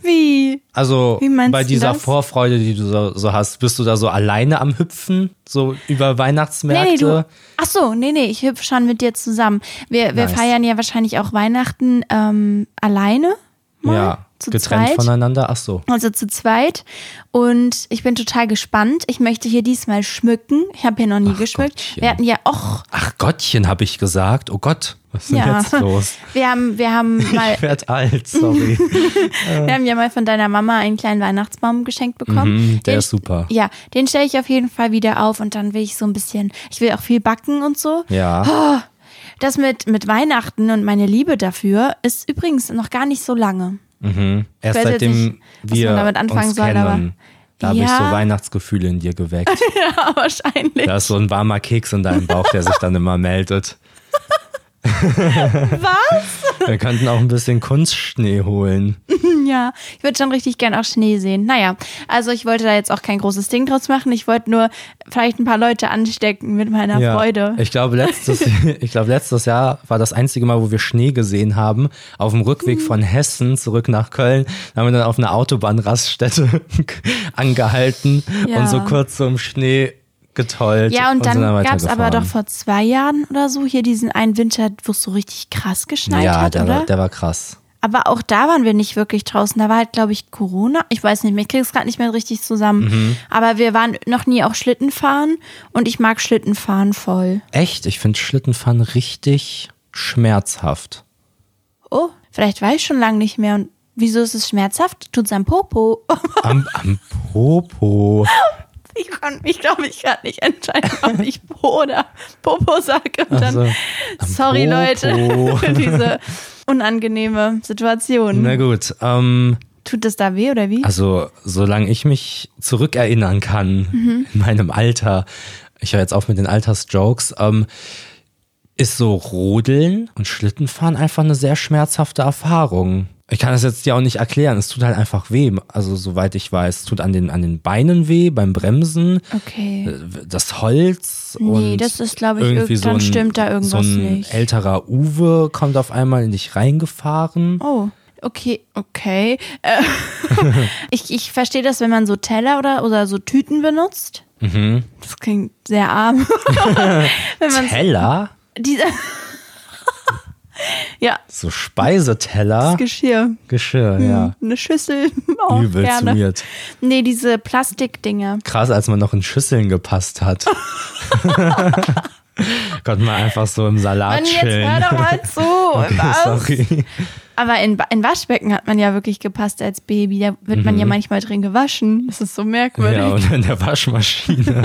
Speaker 2: wie?
Speaker 1: Also
Speaker 2: Wie meinst
Speaker 1: bei
Speaker 2: du
Speaker 1: dieser
Speaker 2: das?
Speaker 1: Vorfreude, die du so, so hast, bist du da so alleine am Hüpfen, so über
Speaker 2: Nee,
Speaker 1: Weihnachtsmärkte?
Speaker 2: nee, du. Ach so, nee, nee, ich hüpf schon mit dir zusammen. Wir, wir
Speaker 1: Nice.
Speaker 2: feiern ja wahrscheinlich auch Weihnachten ähm, alleine. Mal,
Speaker 1: ja,
Speaker 2: zu
Speaker 1: getrennt
Speaker 2: zweit.
Speaker 1: voneinander. Ach so.
Speaker 2: Also zu zweit. Und ich bin total gespannt. Ich möchte hier diesmal schmücken. Ich habe hier noch nie
Speaker 1: Ach
Speaker 2: geschmückt.
Speaker 1: Gottchen.
Speaker 2: Wir hatten ja auch.
Speaker 1: Ach Gottchen, habe ich gesagt. Oh Gott, was ist denn
Speaker 2: Ja.
Speaker 1: jetzt los?
Speaker 2: Wir haben, wir haben mal,
Speaker 1: Ich werd alt, sorry.
Speaker 2: wir haben ja mal von deiner Mama einen kleinen Weihnachtsbaum geschenkt bekommen.
Speaker 1: Mhm, der
Speaker 2: Den-
Speaker 1: ist super.
Speaker 2: Ja, den stelle ich auf jeden Fall wieder auf und dann will ich so ein bisschen, ich will auch viel backen und so. Oh,
Speaker 1: Ja,
Speaker 2: Das mit, mit Weihnachten und meine Liebe dafür ist übrigens noch gar nicht so lange.
Speaker 1: erst
Speaker 2: weiß jetzt
Speaker 1: seitdem
Speaker 2: nicht, was
Speaker 1: wir
Speaker 2: man damit anfangen
Speaker 1: uns
Speaker 2: soll, aber-
Speaker 1: kennen, da habe ich
Speaker 2: Ja.
Speaker 1: so Weihnachtsgefühle in dir geweckt.
Speaker 2: Ja, wahrscheinlich.
Speaker 1: Da ist so ein warmer Keks in deinem Bauch, der sich dann immer meldet. Was? Wir könnten auch ein bisschen Kunstschnee holen.
Speaker 2: Ja, ich würde schon richtig gern auch Schnee sehen. Naja, also ich wollte da jetzt auch kein großes Ding draus machen. Ich wollte nur vielleicht ein paar Leute anstecken mit meiner Freude.
Speaker 1: Ich glaube, letztes, ich glaube, letztes Jahr war das einzige Mal, wo wir Schnee gesehen haben, auf dem
Speaker 2: Mhm.
Speaker 1: Rückweg von Hessen zurück nach Köln. Da haben wir dann auf einer Autobahnraststätte angehalten
Speaker 2: Ja.
Speaker 1: und so kurz so im Schnee getollt.
Speaker 2: Ja, und dann,
Speaker 1: sind
Speaker 2: gab's aber
Speaker 1: weitergefahren.
Speaker 2: doch vor zwei Jahren oder so hier diesen einen Winter, wo es so richtig krass geschneit
Speaker 1: Ja,
Speaker 2: hat,
Speaker 1: der,
Speaker 2: oder?
Speaker 1: war- der war krass.
Speaker 2: aber auch da waren wir nicht wirklich draußen. Da war halt, glaube ich, Corona. Ich weiß nicht mehr, ich krieg's gerade nicht mehr richtig zusammen.
Speaker 1: Mhm.
Speaker 2: Aber wir waren noch nie auch Schlitten fahren und ich mag Schlitten fahren voll.
Speaker 1: Echt, ich finde Schlittenfahren richtig schmerzhaft.
Speaker 2: Oh, vielleicht war ich schon lange nicht mehr und wieso ist es schmerzhaft? Tut's am Popo?
Speaker 1: Am, am Popo.
Speaker 2: Ich konnte mich, glaube ich, gerade nicht entscheiden, ob ich Po oder Popo sage. Und dann,
Speaker 1: Also, am
Speaker 2: sorry,
Speaker 1: Popo.
Speaker 2: Leute, für diese unangenehme Situation.
Speaker 1: Na gut, ähm,
Speaker 2: Tut das da weh oder wie?
Speaker 1: also solange ich mich zurückerinnern kann
Speaker 2: Mhm.
Speaker 1: in meinem Alter, ich höre jetzt auf mit den Altersjokes, ähm, ist so Rodeln und Schlittenfahren einfach eine sehr schmerzhafte Erfahrung. Ich kann das jetzt dir auch nicht erklären. Es tut halt einfach weh. Also, soweit ich weiß, es tut an den, an den Beinen weh, beim Bremsen.
Speaker 2: okay.
Speaker 1: das Holz
Speaker 2: Nee,
Speaker 1: und
Speaker 2: das ist, glaub ich,
Speaker 1: irgendwie
Speaker 2: irg-
Speaker 1: so
Speaker 2: dann
Speaker 1: ein,
Speaker 2: stimmt da
Speaker 1: so
Speaker 2: irgendwas
Speaker 1: ein
Speaker 2: nicht.
Speaker 1: älterer Uwe kommt auf einmal in dich reingefahren.
Speaker 2: Oh. Okay, okay. Äh, ich ich verstehe das, wenn man so Teller oder, oder so Tüten benutzt.
Speaker 1: Mhm.
Speaker 2: Das klingt sehr arm. wenn man
Speaker 1: Teller,
Speaker 2: diese. ja,
Speaker 1: so Speiseteller,
Speaker 2: das Geschirr.
Speaker 1: Geschirr, Ah. ja.
Speaker 2: Eine Schüssel Hm. auch
Speaker 1: Übel
Speaker 2: gerne.
Speaker 1: zu weird.
Speaker 2: Nee, diese Plastikdinger.
Speaker 1: Krass, als man noch in Schüsseln gepasst hat. Konnte man einfach so im Salat
Speaker 2: Mann, jetzt hör
Speaker 1: chillen.
Speaker 2: doch mal zu.
Speaker 1: Okay,
Speaker 2: was?
Speaker 1: sorry.
Speaker 2: Aber in, Ba- in Waschbecken hat man ja wirklich gepasst als Baby. Da wird man ja manchmal drin gewaschen. Das ist so merkwürdig.
Speaker 1: Mhm. Ja, und in der Waschmaschine,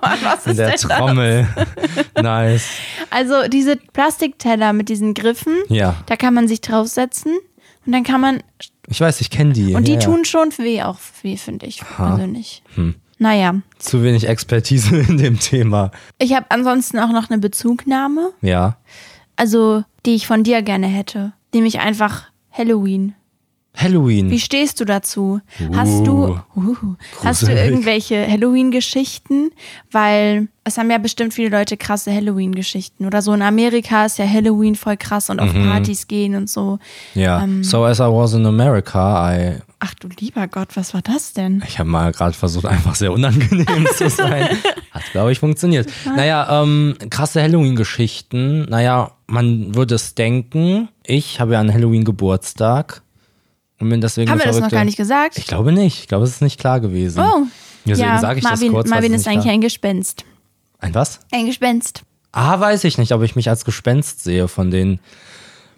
Speaker 2: Mann, was
Speaker 1: in
Speaker 2: ist
Speaker 1: der
Speaker 2: denn da?
Speaker 1: Trommel. nice.
Speaker 2: Also diese Plastikteller mit diesen Griffen,
Speaker 1: Ja.
Speaker 2: da kann man sich draufsetzen und dann kann man.
Speaker 1: Ich weiß, ich kenne die.
Speaker 2: Und die
Speaker 1: ja, Hm. ja.
Speaker 2: tun schon weh auch weh, finde ich persönlich. Naja.
Speaker 1: zu wenig Expertise in dem Thema.
Speaker 2: Ich habe ansonsten auch noch eine Bezugnahme,
Speaker 1: Ja.
Speaker 2: also die ich von dir gerne hätte. Nämlich einfach Halloween.
Speaker 1: Halloween.
Speaker 2: Wie stehst du dazu? Hast du, uh, hast du
Speaker 1: Gruselig.
Speaker 2: irgendwelche Halloween-Geschichten? Weil es haben ja bestimmt viele Leute krasse Halloween-Geschichten. Oder so in Amerika ist ja Halloween voll krass und auf Partys gehen und so.
Speaker 1: Mhm.
Speaker 2: Ähm,
Speaker 1: Ja. so as I was in America, I,
Speaker 2: Ach du lieber Gott, was war das denn?
Speaker 1: ich habe mal gerade versucht, einfach sehr unangenehm zu sein. Hat, glaube ich, funktioniert. Naja, ähm, krasse Halloween-Geschichten. Naja, man würde es denken. Ich habe ja an Halloween Geburtstag und bin deswegen
Speaker 2: Haben wir
Speaker 1: eine
Speaker 2: das noch
Speaker 1: verrückte-
Speaker 2: gar nicht gesagt?
Speaker 1: Ich glaube nicht. Ich glaube, es ist nicht klar gewesen.
Speaker 2: Oh.
Speaker 1: Deswegen
Speaker 2: ja,
Speaker 1: sage ich
Speaker 2: Marvin,
Speaker 1: das kurz. was
Speaker 2: Marvin
Speaker 1: es
Speaker 2: ist
Speaker 1: nicht
Speaker 2: eigentlich
Speaker 1: klar-
Speaker 2: ein Gespenst.
Speaker 1: ein was?
Speaker 2: Ein Gespenst.
Speaker 1: Ah, weiß ich nicht, ob ich mich als Gespenst sehe von den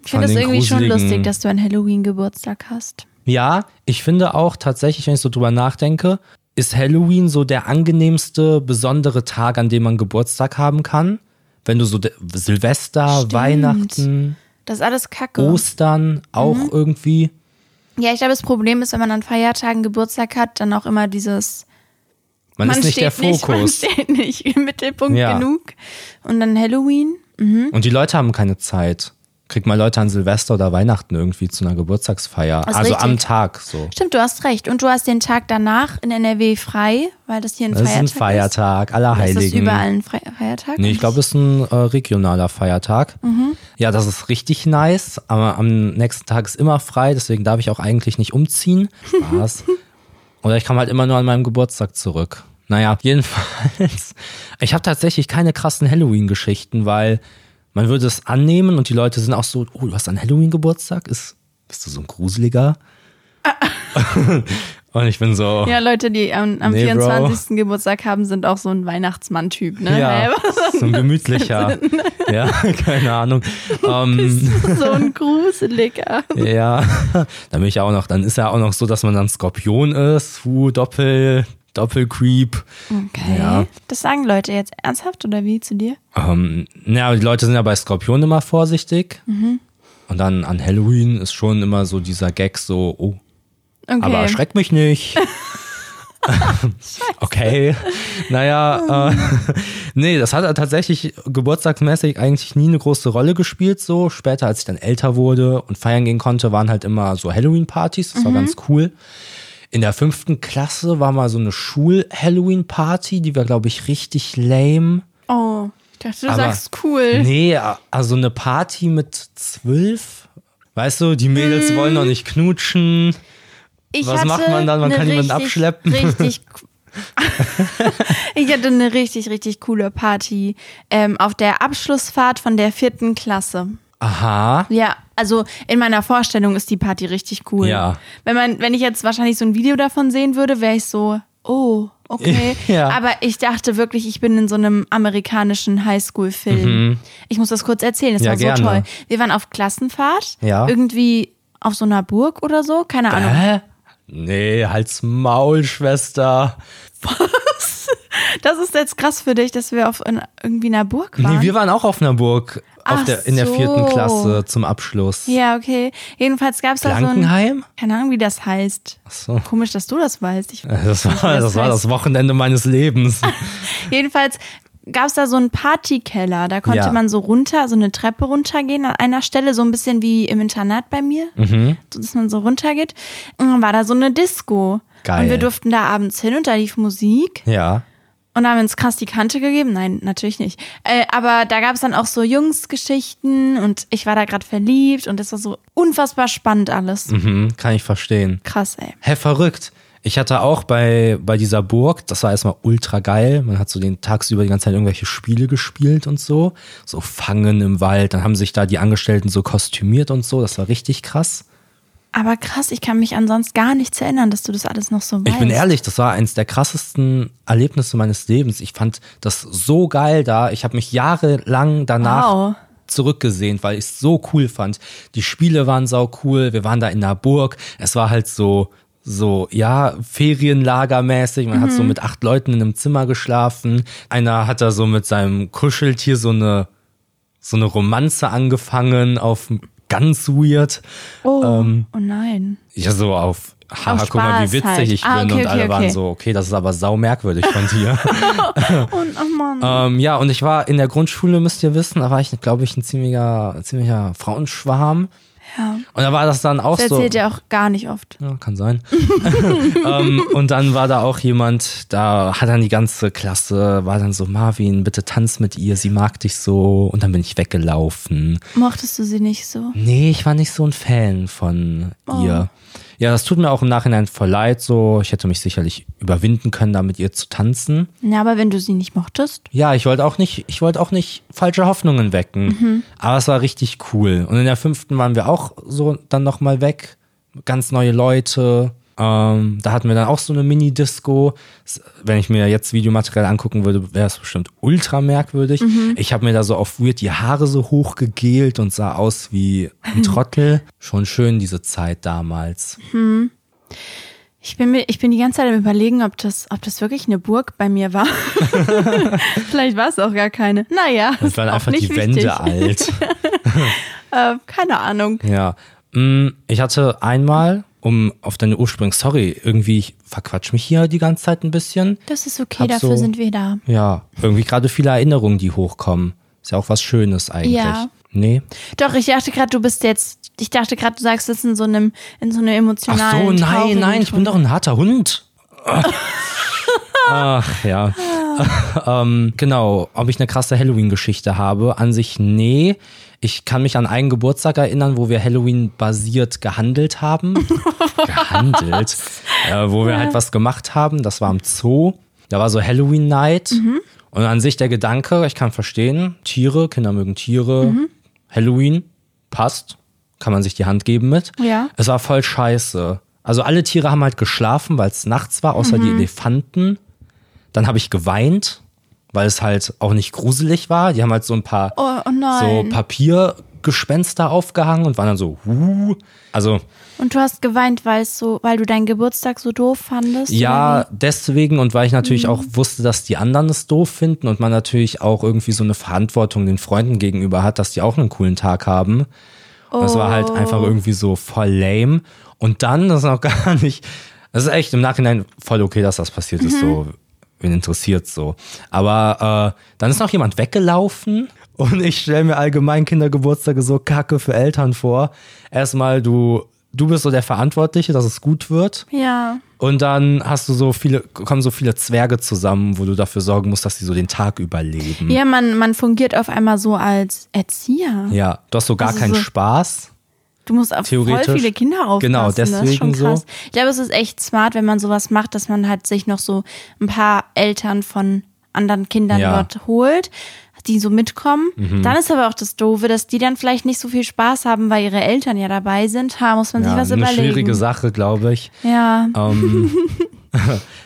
Speaker 2: Ich finde
Speaker 1: Von
Speaker 2: das
Speaker 1: den
Speaker 2: irgendwie schon
Speaker 1: gruseligen-
Speaker 2: lustig, dass du einen Halloween-Geburtstag hast.
Speaker 1: Ja, ich finde auch tatsächlich, wenn ich so drüber nachdenke, ist Halloween so der angenehmste, besondere Tag, an dem man Geburtstag haben kann. Wenn du so de- Silvester,
Speaker 2: Stimmt.
Speaker 1: Weihnachten,
Speaker 2: Das ist alles kacke.
Speaker 1: Ostern auch
Speaker 2: Mhm.
Speaker 1: irgendwie.
Speaker 2: Ja, ich glaube, das Problem ist, wenn man an Feiertagen Geburtstag hat, dann auch immer dieses
Speaker 1: Man, ist nicht der
Speaker 2: man
Speaker 1: Fokus.
Speaker 2: steht nicht im Mittelpunkt
Speaker 1: Ja.
Speaker 2: genug. Und dann Halloween.
Speaker 1: Und die Leute haben keine Zeit. kriegt mal Leute an Silvester oder Weihnachten irgendwie zu einer Geburtstagsfeier.
Speaker 2: Ist
Speaker 1: also
Speaker 2: richtig.
Speaker 1: am Tag so.
Speaker 2: Stimmt, du hast recht. Und du hast den Tag danach in NRW frei, weil das hier ein
Speaker 1: Das ist
Speaker 2: Feiertag
Speaker 1: ein
Speaker 2: ist.
Speaker 1: Feiertag,
Speaker 2: Ist
Speaker 1: Allerheiligen.
Speaker 2: das überall ein Fre Feiertag?
Speaker 1: Nee, ich glaube, es ist ein äh, regionaler Feiertag.
Speaker 2: Mhm.
Speaker 1: Ja, das ist richtig nice, aber am nächsten Tag ist immer frei, deswegen darf ich auch eigentlich nicht umziehen. Spaß. Oder ich komme halt immer nur an meinem Geburtstag zurück. Naja, jedenfalls, ich habe tatsächlich keine krassen Halloween-Geschichten, weil man würde es annehmen und die Leute sind auch so, oh, du hast an Halloween Geburtstag? Ist, bist du so ein Gruseliger? und ich bin so,
Speaker 2: Ja, Leute, die am, am
Speaker 1: Nee, Bro.
Speaker 2: 24. Geburtstag haben, sind auch so ein Weihnachtsmann-Typ, ne?
Speaker 1: ja, so ein gemütlicher. ja, keine Ahnung. Ähm,
Speaker 2: so ein gruseliger.
Speaker 1: Ja, dann bin ich auch noch, dann ist ja auch noch so, dass man dann Skorpion ist, Hu, Doppel, Doppelcreep.
Speaker 2: Okay.
Speaker 1: Ja.
Speaker 2: Das sagen Leute jetzt ernsthaft oder wie zu dir?
Speaker 1: Ähm, na, aber die Leute sind ja bei Skorpion immer vorsichtig. Und dann an Halloween ist schon immer so dieser Gag so, oh,
Speaker 2: Okay.
Speaker 1: aber erschreck mich nicht. okay, naja, äh, nee, das hat tatsächlich geburtstagsmäßig eigentlich nie eine große Rolle gespielt. So später, als ich dann älter wurde und feiern gehen konnte, waren halt immer so Halloween-Partys. Das war ganz cool. In der fünften Klasse war mal so eine Schul-Halloween-Party, die war, glaube ich, richtig lame.
Speaker 2: Oh, ich dachte, du
Speaker 1: Aber-
Speaker 2: sagst cool.
Speaker 1: Nee, also eine Party mit zwölf. Weißt du, die Mädels wollen noch nicht knutschen.
Speaker 2: Ich
Speaker 1: was
Speaker 2: hatte
Speaker 1: macht man dann? Man
Speaker 2: eine
Speaker 1: kann jemanden
Speaker 2: richtig,
Speaker 1: abschleppen.
Speaker 2: Richtig. ich hatte eine richtig, richtig coole Party ähm, auf der Abschlussfahrt von der vierten Klasse.
Speaker 1: Aha.
Speaker 2: Ja, also in meiner Vorstellung ist die Party richtig cool.
Speaker 1: Ja.
Speaker 2: Wenn man, wenn ich jetzt wahrscheinlich so ein Video davon sehen würde, wäre ich so, oh, okay.
Speaker 1: Ja.
Speaker 2: Aber ich dachte wirklich, ich bin in so einem amerikanischen Highschool-Film. Ich muss das kurz erzählen, das
Speaker 1: Mhm. Ja,
Speaker 2: war so
Speaker 1: gerne.
Speaker 2: toll. Wir waren auf Klassenfahrt,
Speaker 1: Ja.
Speaker 2: irgendwie auf so einer Burg oder so, keine Ahnung.
Speaker 1: Hä? Nee, halt's Maul, Schwester.
Speaker 2: Das ist jetzt krass für dich, dass wir auf in, irgendwie einer Burg waren.
Speaker 1: Nee, wir waren auch auf einer Burg auf
Speaker 2: Ach
Speaker 1: der, in der
Speaker 2: so.
Speaker 1: vierten Klasse zum Abschluss.
Speaker 2: ja, okay. Jedenfalls gab es da so ein,
Speaker 1: Blankenheim?
Speaker 2: keine Ahnung, wie das heißt.
Speaker 1: Achso.
Speaker 2: Komisch, dass du das weißt. Ich
Speaker 1: Das war,
Speaker 2: das
Speaker 1: das war
Speaker 2: heißt.
Speaker 1: das Wochenende meines Lebens.
Speaker 2: Jedenfalls gab es da so einen Partykeller. Da konnte
Speaker 1: Ja.
Speaker 2: man so runter, so eine Treppe runtergehen an einer Stelle, so ein bisschen wie im Internat bei mir,
Speaker 1: Mhm.
Speaker 2: so dass man so runtergeht. Und dann war da so eine Disco.
Speaker 1: Geil.
Speaker 2: Und wir durften da abends hin und da lief Musik.
Speaker 1: Ja.
Speaker 2: Und da haben wir uns krass die Kante gegeben. Nein, natürlich nicht. Äh, aber da gab es dann auch so Jungsgeschichten und ich war da gerade verliebt und das war so unfassbar spannend alles.
Speaker 1: Mhm, kann ich verstehen.
Speaker 2: Krass, ey.
Speaker 1: Hä, verrückt. Ich hatte auch bei, bei dieser Burg, das war erstmal ultra geil. Man hat so den tagsüber die ganze Zeit irgendwelche Spiele gespielt und so. So Fangen im Wald. Dann haben sich da die Angestellten so kostümiert und so. Das war richtig krass.
Speaker 2: Aber krass, ich kann mich an sonst gar nichts erinnern, dass du das alles noch so weißt.
Speaker 1: Ich bin ehrlich, das war eins der krassesten Erlebnisse meines Lebens. Ich fand das so geil da. Ich habe mich jahrelang danach
Speaker 2: Wow.
Speaker 1: zurückgesehnt, weil ich es so cool fand. Die Spiele waren sau cool. Wir waren da in der Burg. Es war halt so so ja Ferienlagermäßig. Man hat so mit acht Leuten in einem Zimmer geschlafen. Einer hat da so mit seinem Kuscheltier so eine so eine Romanze angefangen auf ganz weird.
Speaker 2: Oh,
Speaker 1: ähm,
Speaker 2: oh nein.
Speaker 1: Ja, so auf, haha,
Speaker 2: Auf
Speaker 1: guck mal, wie
Speaker 2: Spaß
Speaker 1: witzig
Speaker 2: halt.
Speaker 1: ich bin.
Speaker 2: Ah, okay,
Speaker 1: und
Speaker 2: okay,
Speaker 1: alle waren
Speaker 2: okay.
Speaker 1: so, okay, das ist aber sau merkwürdig von dir.
Speaker 2: Und oh Mann.
Speaker 1: ähm, ja, und ich war in der Grundschule, müsst ihr wissen, da war ich, glaube ich, ein ziemlicher, ein ziemlicher Frauenschwarm.
Speaker 2: Ja.
Speaker 1: Und da war das dann auch
Speaker 2: Das
Speaker 1: so.
Speaker 2: erzählt ihr auch gar nicht oft.
Speaker 1: Ja, kann sein. ähm, und dann war da auch jemand, da hat dann die ganze Klasse, war dann so, Marvin, bitte tanz mit ihr, sie mag dich so. Und dann bin ich weggelaufen.
Speaker 2: Mochtest du sie nicht so?
Speaker 1: Nee, ich war nicht so ein Fan von ihr. Ja, das tut mir auch im Nachhinein voll leid. So, ich hätte mich sicherlich überwinden können, da mit ihr zu tanzen.
Speaker 2: Na, aber wenn du sie nicht mochtest?
Speaker 1: Ja, ich wollte auch nicht, ich wollte auch nicht falsche Hoffnungen wecken.
Speaker 2: Mhm.
Speaker 1: Aber es war richtig cool. Und in der fünften waren wir auch so dann nochmal weg. Ganz neue Leute. Ähm, da hatten wir dann auch so eine Mini-Disco. S- Wenn ich mir jetzt Videomaterial angucken würde, wäre es bestimmt ultra merkwürdig.
Speaker 2: Mhm.
Speaker 1: Ich habe mir da so auf Weird die Haare so hochgegelt und sah aus wie ein Trottel. Schon schön diese Zeit damals.
Speaker 2: Ich bin, mir, ich bin die ganze Zeit am überlegen, ob das, ob das wirklich eine Burg bei mir war. Vielleicht war es auch gar keine. Naja,
Speaker 1: Das waren
Speaker 2: ist auch
Speaker 1: einfach
Speaker 2: nicht
Speaker 1: die Wände
Speaker 2: wichtig.
Speaker 1: alt.
Speaker 2: Äh, keine Ahnung.
Speaker 1: Ja. Mm, Ich hatte einmal, um auf deine Ursprungs, sorry, irgendwie, ich verquatsch mich hier die ganze Zeit ein bisschen.
Speaker 2: Das ist okay,
Speaker 1: Hab
Speaker 2: dafür
Speaker 1: so-
Speaker 2: sind wir da.
Speaker 1: Ja, irgendwie gerade viele Erinnerungen, die hochkommen. Ist ja auch was Schönes eigentlich.
Speaker 2: Ja.
Speaker 1: Nee.
Speaker 2: Doch, ich dachte gerade, du bist jetzt, ich dachte gerade, du sagst jetzt in so einem, in so einem
Speaker 1: Ach
Speaker 2: emotionalen.
Speaker 1: so, nein,
Speaker 2: traurigen
Speaker 1: nein, ich
Speaker 2: Ton.
Speaker 1: bin doch ein harter Hund. Ach ja. ähm, genau, ob ich eine krasse Halloween-Geschichte habe, an sich nee. Ich kann mich an einen Geburtstag erinnern, wo wir Halloween-basiert gehandelt haben. gehandelt? Äh, wo wir halt was gemacht haben. Das war am Zoo. Da war so Halloween-Night. Und an sich der Gedanke, ich kann verstehen, Tiere, Kinder mögen Tiere. Halloween passt. Kann man sich die Hand geben mit.
Speaker 2: Ja.
Speaker 1: Es war voll scheiße. Also alle Tiere haben halt geschlafen, weil es nachts war, außer die Elefanten. Dann habe ich geweint, weil es halt auch nicht gruselig war. Die haben halt so ein paar
Speaker 2: Oh, oh
Speaker 1: so
Speaker 2: nein.
Speaker 1: Papiergespenster aufgehangen und waren dann so, huh. Also
Speaker 2: Und du hast geweint, weil es so, weil du deinen Geburtstag so doof fandest?
Speaker 1: ja,
Speaker 2: oder
Speaker 1: deswegen und weil ich natürlich auch wusste, dass die anderen es doof finden und man natürlich auch irgendwie so eine Verantwortung den Freunden gegenüber hat, dass die auch einen coolen Tag haben. Und Das war halt einfach irgendwie so voll lame. Und dann, das ist auch gar nicht, das ist echt im Nachhinein voll okay, dass das passiert ist, so, wen interessiert so. Aber äh, dann ist noch jemand weggelaufen und ich stelle mir allgemein Kindergeburtstage so kacke für Eltern vor. Erstmal, du, du bist so der Verantwortliche, dass es gut wird.
Speaker 2: wie? Ja.
Speaker 1: Und dann hast du so viele, kommen so viele Zwerge zusammen, wo du dafür sorgen musst, dass die so den Tag überleben.
Speaker 2: Ja, man, man fungiert auf einmal so als Erzieher.
Speaker 1: Ja, du hast so gar
Speaker 2: Also
Speaker 1: keinen
Speaker 2: so-
Speaker 1: Spaß.
Speaker 2: Du musst auf voll
Speaker 1: Theoretisch.
Speaker 2: viele Kinder aufpassen.
Speaker 1: Genau,
Speaker 2: das ist schon
Speaker 1: deswegen so.
Speaker 2: krass. Ich glaube, es ist echt smart, wenn man sowas macht, dass man halt sich noch so ein paar Eltern von anderen Kindern
Speaker 1: Ja. Mhm.
Speaker 2: dort holt, die so mitkommen. Dann ist aber auch das Doofe, dass die dann vielleicht nicht so viel Spaß haben, weil ihre Eltern ja dabei sind. Da muss man sich was
Speaker 1: eine
Speaker 2: überlegen.
Speaker 1: schwierige Ähm. Sache, glaube ich.
Speaker 2: Ja.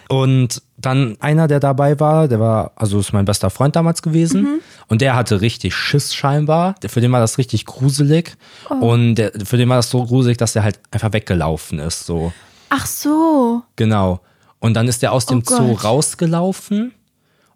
Speaker 1: Und dann einer, der dabei war, der war, also ist mein bester Freund damals gewesen.
Speaker 2: Mhm.
Speaker 1: Und der hatte richtig Schiss scheinbar. Der- Für den war das richtig gruselig.
Speaker 2: Oh.
Speaker 1: Und der, für den war das so gruselig, dass der halt einfach weggelaufen ist. So,
Speaker 2: Ach so.
Speaker 1: genau. Und dann ist der aus dem Zoo
Speaker 2: Oh Gott.
Speaker 1: rausgelaufen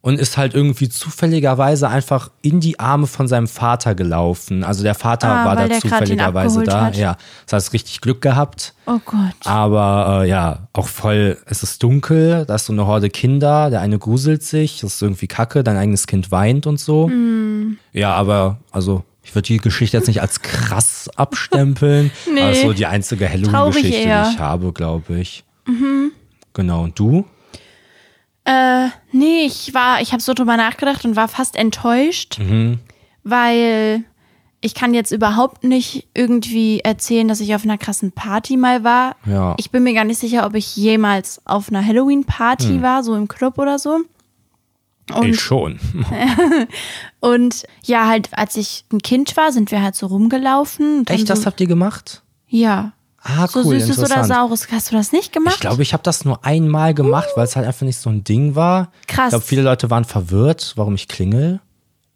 Speaker 1: und ist halt irgendwie zufälligerweise einfach in die Arme von seinem Vater gelaufen. Also der Vater
Speaker 2: Ah,
Speaker 1: war
Speaker 2: weil
Speaker 1: da
Speaker 2: der grad den
Speaker 1: zufälligerweise
Speaker 2: abgeholt
Speaker 1: da.
Speaker 2: hat.
Speaker 1: Ja, das heißt, richtig Glück gehabt.
Speaker 2: Oh Gott.
Speaker 1: Aber äh, ja, auch voll, es ist dunkel, da ist so eine Horde Kinder, der eine gruselt sich, das ist irgendwie kacke, dein eigenes Kind weint und so.
Speaker 2: Mm.
Speaker 1: Ja, aber also, ich würde die Geschichte jetzt nicht als krass abstempeln,
Speaker 2: Nee.
Speaker 1: aber es ist so die einzige
Speaker 2: Traurig
Speaker 1: Halloween-Geschichte,
Speaker 2: eher. Mhm.
Speaker 1: die ich habe, glaube ich. Genau, und du?
Speaker 2: Äh, nee, ich war, ich habe so drüber nachgedacht und war fast enttäuscht,
Speaker 1: Mhm.
Speaker 2: weil ich kann jetzt überhaupt nicht irgendwie erzählen, dass ich auf einer krassen Party mal war.
Speaker 1: Ja.
Speaker 2: Ich bin mir gar nicht sicher, ob ich jemals auf einer Halloween-Party
Speaker 1: Hm.
Speaker 2: war, so im Club oder so. Und
Speaker 1: ich schon.
Speaker 2: Und ja, halt, als ich ein Kind war, sind wir halt so rumgelaufen. und haben
Speaker 1: Echt, das
Speaker 2: so,
Speaker 1: habt ihr gemacht?
Speaker 2: Ja.
Speaker 1: Ah,
Speaker 2: so
Speaker 1: cool,
Speaker 2: Süßes oder
Speaker 1: interessant.
Speaker 2: Saures. Hast du das nicht gemacht?
Speaker 1: Ich glaube, ich habe das nur einmal gemacht, weil es halt einfach nicht so ein Ding war.
Speaker 2: Krass.
Speaker 1: Ich glaube, viele Leute waren verwirrt, warum ich klingel.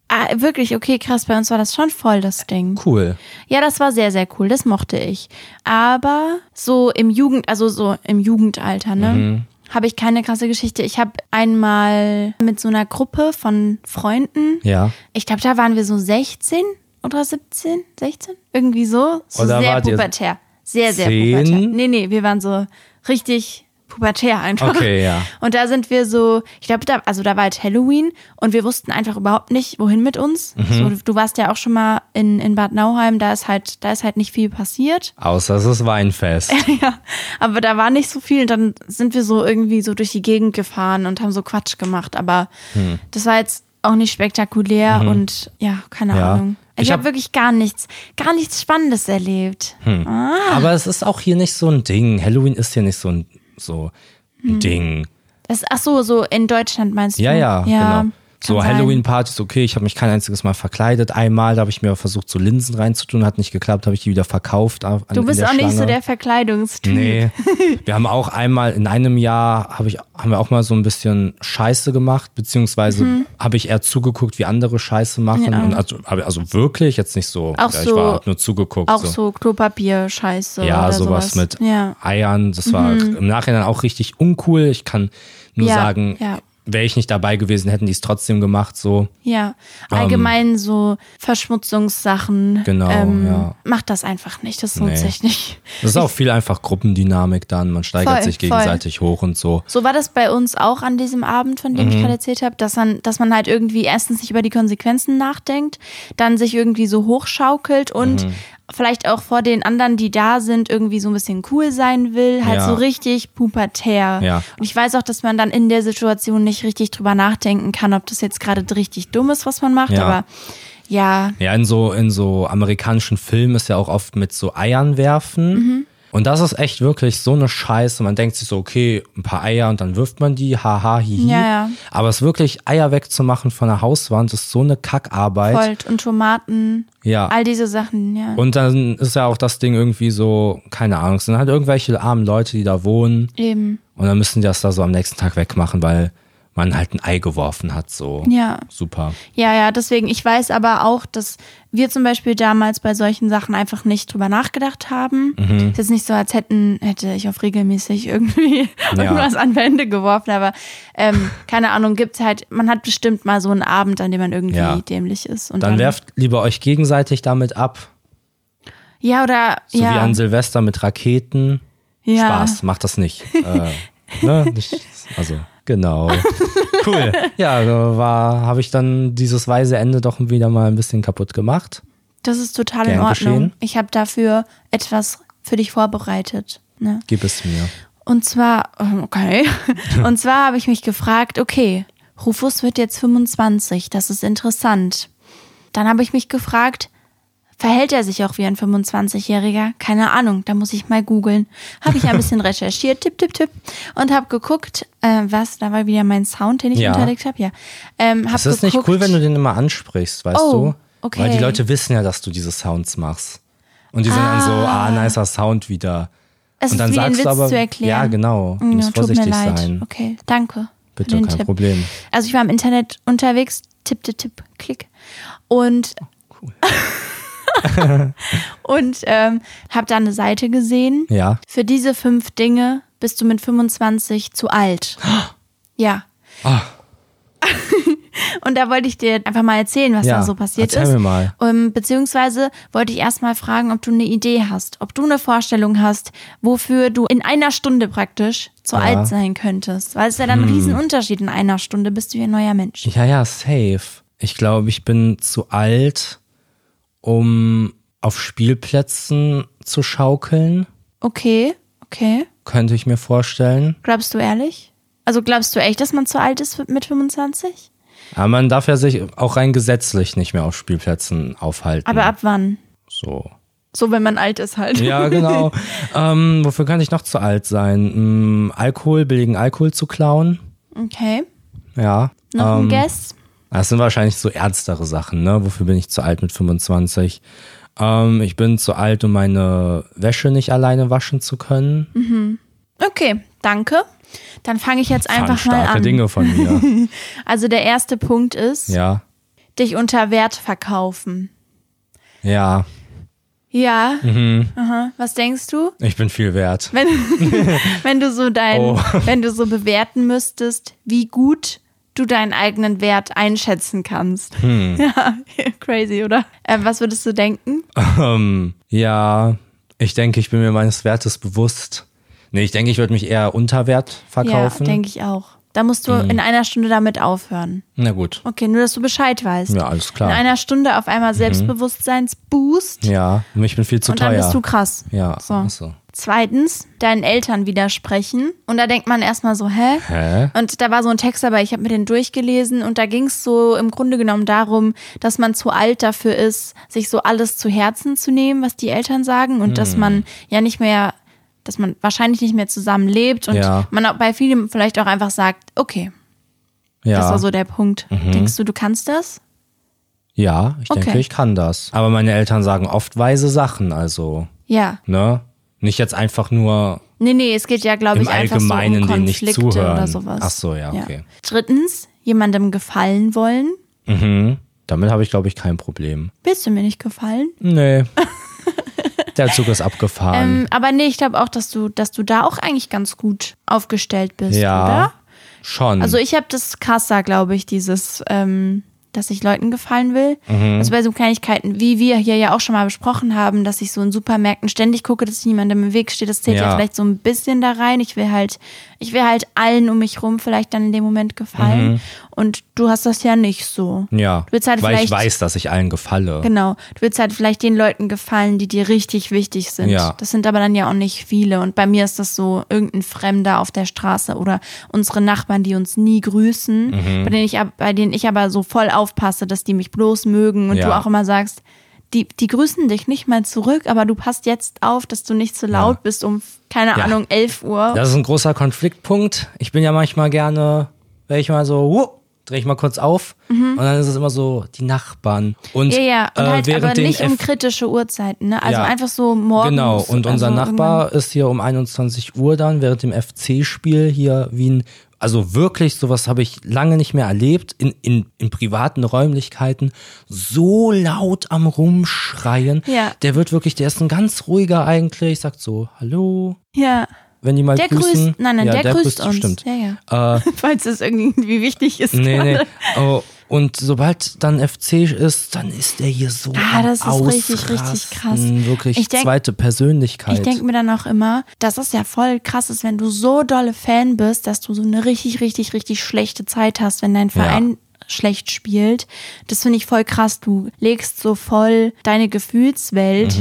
Speaker 2: ah, wirklich, okay, krass. Bei uns war das schon voll, das Ding.
Speaker 1: Cool.
Speaker 2: Ja, das war sehr, sehr cool. Das mochte ich. Aber so im Jugend, also so im Jugendalter, ne? Habe ich keine krasse Geschichte. Ich habe einmal mit so einer Gruppe von Freunden,
Speaker 1: Ja.
Speaker 2: ich glaube, da waren wir so 16 oder 17, 16, irgendwie so. so
Speaker 1: Oder
Speaker 2: sehr
Speaker 1: wart ihr
Speaker 2: pubertär. Sehr, sehr
Speaker 1: zehn?
Speaker 2: pubertär. Nee, nee, wir waren so richtig pubertär einfach.
Speaker 1: Okay, ja.
Speaker 2: Und da sind wir so, ich glaube, da, also da war halt Halloween und wir wussten einfach überhaupt nicht, wohin mit uns.
Speaker 1: Mhm.
Speaker 2: So, du warst ja auch schon mal in, in Bad Nauheim, da ist halt, da ist halt nicht viel passiert.
Speaker 1: Außer es ist Weinfest.
Speaker 2: ja, aber da war nicht so viel. Und dann sind wir so irgendwie so durch die Gegend gefahren und haben so Quatsch gemacht. Aber
Speaker 1: Hm.
Speaker 2: das war jetzt auch nicht spektakulär und ja, keine
Speaker 1: Mhm. Ja.
Speaker 2: Ahnung. Also Ich,
Speaker 1: Ich hab-
Speaker 2: habe
Speaker 1: Hm.
Speaker 2: hab wirklich gar nichts, gar nichts Spannendes erlebt.
Speaker 1: Aber es ist auch hier nicht so ein Ding. Halloween ist hier nicht so ein, so
Speaker 2: Mhm.
Speaker 1: ein Ding.
Speaker 2: Das, ach so, so in Deutschland meinst
Speaker 1: Ja,
Speaker 2: du?
Speaker 1: ja,
Speaker 2: kann
Speaker 1: genau. So
Speaker 2: sein.
Speaker 1: Halloween-Partys, okay, ich habe mich kein einziges Mal verkleidet. Einmal, da habe ich mir versucht, so Linsen reinzutun, hat nicht geklappt, habe ich die wieder verkauft. An,
Speaker 2: Du bist
Speaker 1: in
Speaker 2: auch
Speaker 1: der
Speaker 2: nicht so
Speaker 1: Schlange.
Speaker 2: der Verkleidungstyp.
Speaker 1: Nee. Wir haben auch einmal in einem Jahr habe ich haben wir auch mal so ein bisschen Scheiße gemacht, beziehungsweise habe ich eher zugeguckt, wie andere Scheiße machen.
Speaker 2: Mhm. Ja.
Speaker 1: Und also, aber- also wirklich jetzt nicht so.
Speaker 2: Auch
Speaker 1: ja, ich
Speaker 2: so-
Speaker 1: war hab nur zugeguckt.
Speaker 2: Auch so Klopapier-Scheiße.
Speaker 1: Ja,
Speaker 2: oder
Speaker 1: sowas, mit
Speaker 2: Ja, Mhm.
Speaker 1: Eiern. Das war im Nachhinein auch richtig uncool. Ich kann nur
Speaker 2: Ja,
Speaker 1: sagen,
Speaker 2: ja.
Speaker 1: wäre ich nicht dabei gewesen, hätten die es trotzdem gemacht, so.
Speaker 2: Ja, allgemein so Verschmutzungssachen.
Speaker 1: ähm, Genau,
Speaker 2: ähm,
Speaker 1: ja.
Speaker 2: Macht das einfach nicht, das lohnt
Speaker 1: Nee.
Speaker 2: sich nicht.
Speaker 1: Das ist auch viel einfach Gruppendynamik dann, man steigert
Speaker 2: Voll,
Speaker 1: sich
Speaker 2: voll.
Speaker 1: gegenseitig hoch und so.
Speaker 2: So war das bei uns auch an diesem Abend, von
Speaker 1: Mhm.
Speaker 2: dem ich gerade erzählt habe, dass man, dass man halt irgendwie erstens nicht über die Konsequenzen nachdenkt, dann sich irgendwie so hochschaukelt und
Speaker 1: Mhm.
Speaker 2: vielleicht auch vor den anderen, die da sind, irgendwie so ein bisschen cool sein will, halt
Speaker 1: Ja.
Speaker 2: so richtig pubertär.
Speaker 1: Ja.
Speaker 2: Und ich weiß auch, dass man dann in der Situation nicht richtig drüber nachdenken kann, ob das jetzt gerade richtig dumm ist, was man macht,
Speaker 1: Ja.
Speaker 2: aber ja,
Speaker 1: Ja, in so, in so amerikanischen Filmen ist ja auch oft mit so Eiern werfen.
Speaker 2: Mhm.
Speaker 1: Und das ist echt wirklich so eine Scheiße. Man denkt sich so, okay, ein paar Eier und dann wirft man die, haha, hihi.
Speaker 2: Ja, ja.
Speaker 1: Aber es wirklich Eier wegzumachen von der Hauswand ist so eine Kackarbeit.
Speaker 2: voll und Tomaten,
Speaker 1: Ja.
Speaker 2: all diese Sachen, ja.
Speaker 1: Und dann ist ja auch das Ding irgendwie so, keine Ahnung, es sind halt irgendwelche armen Leute, die da wohnen.
Speaker 2: Eben.
Speaker 1: Und dann müssen die das da so am nächsten Tag wegmachen, weil man halt ein Ei geworfen hat, so.
Speaker 2: Ja.
Speaker 1: Super.
Speaker 2: Ja, ja, deswegen, ich weiß aber auch, dass wir zum Beispiel damals bei solchen Sachen einfach nicht drüber nachgedacht haben.
Speaker 1: Mhm.
Speaker 2: Ist jetzt nicht so, als hätten, hätte ich auf regelmäßig irgendwie
Speaker 1: Ja.
Speaker 2: irgendwas an Wände geworfen, aber ähm, keine Ahnung, gibt's halt, man hat bestimmt mal so einen Abend, an dem man irgendwie
Speaker 1: Ja.
Speaker 2: dämlich ist. Und dann,
Speaker 1: Dann werft lieber euch gegenseitig damit ab.
Speaker 2: Ja, oder
Speaker 1: So
Speaker 2: ja.
Speaker 1: wie an Silvester mit Raketen.
Speaker 2: ja.
Speaker 1: Spaß, macht das nicht. äh, ne? nicht also, genau. Cool. Ja, da war, habe ich dann dieses weise Ende doch wieder mal ein bisschen kaputt gemacht.
Speaker 2: Das ist total in
Speaker 1: Gern
Speaker 2: Ordnung.
Speaker 1: geschehen.
Speaker 2: Ich habe dafür etwas für dich vorbereitet. Ne?
Speaker 1: Gib es mir.
Speaker 2: Und zwar, ähm, okay. Und zwar habe ich mich gefragt, okay, Rufus wird jetzt 25, das ist interessant. Dann habe ich mich gefragt, verhält er sich auch wie ein 25-Jähriger? Keine Ahnung, da muss ich mal googeln. Habe ich ein bisschen recherchiert, tipp, tipp, tipp. Und habe geguckt, äh, was, da war wieder mein Sound, den ich
Speaker 1: Ja.
Speaker 2: unterlegt habe, ja. Ähm, hab
Speaker 1: Es ist nicht
Speaker 2: geguckt,
Speaker 1: cool, wenn du den immer ansprichst, weißt
Speaker 2: Oh,
Speaker 1: du?
Speaker 2: okay.
Speaker 1: Weil die Leute wissen ja, dass du diese Sounds machst. Und die sind dann so, ah, nicer Sound wieder.
Speaker 2: es
Speaker 1: Und dann
Speaker 2: ist wie den
Speaker 1: sagst
Speaker 2: Witz
Speaker 1: du aber,
Speaker 2: zu erklären.
Speaker 1: ja, genau, du
Speaker 2: Ja,
Speaker 1: musst
Speaker 2: Mm, tut mir
Speaker 1: vorsichtig
Speaker 2: leid.
Speaker 1: sein.
Speaker 2: Okay, danke. für
Speaker 1: Bitte,
Speaker 2: den
Speaker 1: kein
Speaker 2: Tipp.
Speaker 1: Problem.
Speaker 2: Also ich war im Internet unterwegs, tipp, tipp, tipp, klick. Und,
Speaker 1: Oh,
Speaker 2: und ähm, habe da eine Seite gesehen.
Speaker 1: Ja.
Speaker 2: Für diese fünf Dinge bist du mit 25 zu alt. Ja.
Speaker 1: Ah.
Speaker 2: Und da wollte ich dir einfach mal erzählen, was
Speaker 1: Ja,
Speaker 2: da so passiert
Speaker 1: erzähl
Speaker 2: ist.
Speaker 1: mir mal.
Speaker 2: Ähm, beziehungsweise wollte ich erst mal fragen, ob du eine Idee hast, ob du eine Vorstellung hast, wofür du in einer Stunde praktisch zu
Speaker 1: Ja. Hm.
Speaker 2: alt sein könntest. Weil es ist ja dann ein Riesenunterschied. In einer Stunde bist du ja ein neuer Mensch.
Speaker 1: Ja, ja, safe. Ich glaube, ich bin zu alt, um auf Spielplätzen zu schaukeln,
Speaker 2: Okay, okay.
Speaker 1: könnte ich mir vorstellen.
Speaker 2: Glaubst du ehrlich? Also glaubst du echt, dass man zu alt ist mit 25?
Speaker 1: Aber man darf ja sich auch rein gesetzlich nicht mehr auf Spielplätzen aufhalten.
Speaker 2: Aber ab wann?
Speaker 1: so.
Speaker 2: So, wenn man alt ist halt.
Speaker 1: Hm. Ja, genau. ähm, wofür könnte ich noch zu alt sein? Hm, Alkohol, billigen Alkohol zu klauen.
Speaker 2: Okay.
Speaker 1: Ja.
Speaker 2: Noch
Speaker 1: Ähm,
Speaker 2: ein Guess?
Speaker 1: Das sind wahrscheinlich so ernstere Sachen, ne? Wofür bin ich zu alt mit 25? Ähm, ich bin zu alt, um meine Wäsche nicht alleine waschen zu können.
Speaker 2: Mhm. Okay, danke. Dann fange ich jetzt
Speaker 1: Waren
Speaker 2: einfach mal
Speaker 1: starke
Speaker 2: an.
Speaker 1: Dinge von mir.
Speaker 2: Also der erste Punkt ist,
Speaker 1: ja.
Speaker 2: dich unter Wert verkaufen.
Speaker 1: Ja.
Speaker 2: Ja.
Speaker 1: Mhm.
Speaker 2: Aha. Was denkst du,
Speaker 1: Ich bin viel wert.
Speaker 2: wenn, wenn du so dein,
Speaker 1: Oh.
Speaker 2: wenn du so bewerten müsstest, wie gut du deinen eigenen Wert einschätzen kannst?
Speaker 1: Hm.
Speaker 2: Ja, crazy, oder? Äh, was würdest du denken?
Speaker 1: Ähm, ja. Ich denke, ich bin mir meines Wertes bewusst. Nee, ich denke, ich würde mich eher unter Wert verkaufen. Hm.
Speaker 2: Ja, denke ich auch. Da musst du in einer Stunde damit aufhören.
Speaker 1: Na gut.
Speaker 2: Okay, nur dass du Bescheid weißt.
Speaker 1: Ja, alles klar. Mhm.
Speaker 2: In einer Stunde auf einmal Selbstbewusstseinsboost
Speaker 1: Ja. Und ich bin viel zu
Speaker 2: und
Speaker 1: teuer.
Speaker 2: dann bist du krass.
Speaker 1: ja.
Speaker 2: So.
Speaker 1: Ach so.
Speaker 2: Zweitens, deinen Eltern widersprechen. Und da denkt man erstmal so, hä?
Speaker 1: Hä?
Speaker 2: Und da war so ein Text dabei, ich habe mir den durchgelesen und da ging es so im Grunde genommen darum, dass man zu alt dafür ist, sich so alles zu Herzen zu nehmen, was die Eltern sagen und
Speaker 1: Hm.
Speaker 2: dass man ja nicht mehr, dass man wahrscheinlich nicht mehr zusammenlebt und
Speaker 1: Ja.
Speaker 2: man auch bei vielen vielleicht auch einfach sagt, okay,
Speaker 1: Ja. Mhm.
Speaker 2: das war so der Punkt. Denkst du, du kannst das?
Speaker 1: Ja, ich denke,
Speaker 2: Okay.
Speaker 1: ich kann das. Aber meine Eltern sagen oft weise Sachen, also,
Speaker 2: Ja.
Speaker 1: ne? Nicht jetzt einfach nur,
Speaker 2: Nee, nee, es geht ja, glaube
Speaker 1: Im
Speaker 2: ich, einfach
Speaker 1: Allgemeinen
Speaker 2: so um
Speaker 1: denen nicht
Speaker 2: Konflikte
Speaker 1: zuhören.
Speaker 2: oder sowas.
Speaker 1: Ach so, ja, okay.
Speaker 2: Drittens, jemandem gefallen wollen.
Speaker 1: mhm, damit habe ich, glaube ich, kein Problem.
Speaker 2: Willst du mir nicht gefallen?
Speaker 1: Nee. Der Zug ist abgefahren.
Speaker 2: Ähm, aber nee, ich glaube auch, dass du, dass du da auch eigentlich ganz gut aufgestellt bist,
Speaker 1: Ja.
Speaker 2: oder?
Speaker 1: Schon.
Speaker 2: Also ich habe das krasser, glaube ich, dieses, ähm, dass ich Leuten gefallen will. Also bei so Kleinigkeiten, wie wir hier ja auch schon mal besprochen haben, dass ich so in Supermärkten ständig gucke, dass niemandem im Weg steht. Das zählt ja.
Speaker 1: Ja.
Speaker 2: vielleicht so ein bisschen da rein. Ich will halt, ich will halt allen um mich rum vielleicht dann in dem Moment gefallen. Und du hast das ja nicht so.
Speaker 1: ja.
Speaker 2: Du willst halt
Speaker 1: weil ich
Speaker 2: vielleicht,
Speaker 1: weiß, dass ich allen gefalle.
Speaker 2: genau, du willst halt vielleicht den Leuten gefallen, die dir richtig wichtig sind.
Speaker 1: Ja.
Speaker 2: Das sind aber dann ja auch nicht viele. Und bei mir ist das so irgendein Fremder auf der Straße oder unsere Nachbarn, die uns nie grüßen,
Speaker 1: Mhm.
Speaker 2: bei, denen ich, ab- bei denen ich aber so voll aufpasse, dass die mich bloß mögen und
Speaker 1: Ja.
Speaker 2: du auch immer sagst, die, die grüßen dich nicht mal zurück, aber du passt jetzt auf, dass du nicht zu laut bist um, keine
Speaker 1: Ja.
Speaker 2: Ahnung, 11 Uhr.
Speaker 1: Das ist ein großer Konfliktpunkt. Ich bin ja manchmal gerne, wenn ich mal so, wupp, drehe ich mal kurz auf und dann ist es immer so, die Nachbarn. Und,
Speaker 2: Mhm. ja, ja, und
Speaker 1: äh,
Speaker 2: halt
Speaker 1: während
Speaker 2: aber
Speaker 1: den
Speaker 2: nicht
Speaker 1: F-
Speaker 2: um kritische Uhrzeiten, ne? Also
Speaker 1: Ja.
Speaker 2: einfach so morgens.
Speaker 1: Genau, und unser
Speaker 2: also irgendwann-
Speaker 1: Nachbar ist hier um 21 Uhr dann während dem FC-Spiel hier Wien. Also wirklich, sowas habe ich lange nicht mehr erlebt, in, in, in privaten Räumlichkeiten so laut am Rumschreien.
Speaker 2: Ja.
Speaker 1: Der wird wirklich, der ist ein ganz ruhiger eigentlich, sagt so, hallo,
Speaker 2: Ja.
Speaker 1: wenn die mal
Speaker 2: Der
Speaker 1: Äh, grüßen.
Speaker 2: grüßt, nein, nein,
Speaker 1: Ja,
Speaker 2: der, grüßt, uns.
Speaker 1: Stimmt.
Speaker 2: Ja, ja.
Speaker 1: Äh,
Speaker 2: Falls es irgendwie wichtig ist.
Speaker 1: Nee,
Speaker 2: gerade.
Speaker 1: nee. Oh, und sobald dann FC ist, dann ist er hier so.
Speaker 2: Ah,
Speaker 1: am
Speaker 2: das ist richtig, richtig
Speaker 1: Ausrasten.
Speaker 2: krass.
Speaker 1: Wirklich
Speaker 2: Ich denk-
Speaker 1: zweite Persönlichkeit.
Speaker 2: Ich denke mir dann auch immer, dass das ja voll krass ist, wenn du so dolle Fan bist, dass du so eine richtig, richtig, richtig schlechte Zeit hast, wenn dein Verein schlecht spielt. Das finde ich voll krass. Du legst so voll deine Gefühlswelt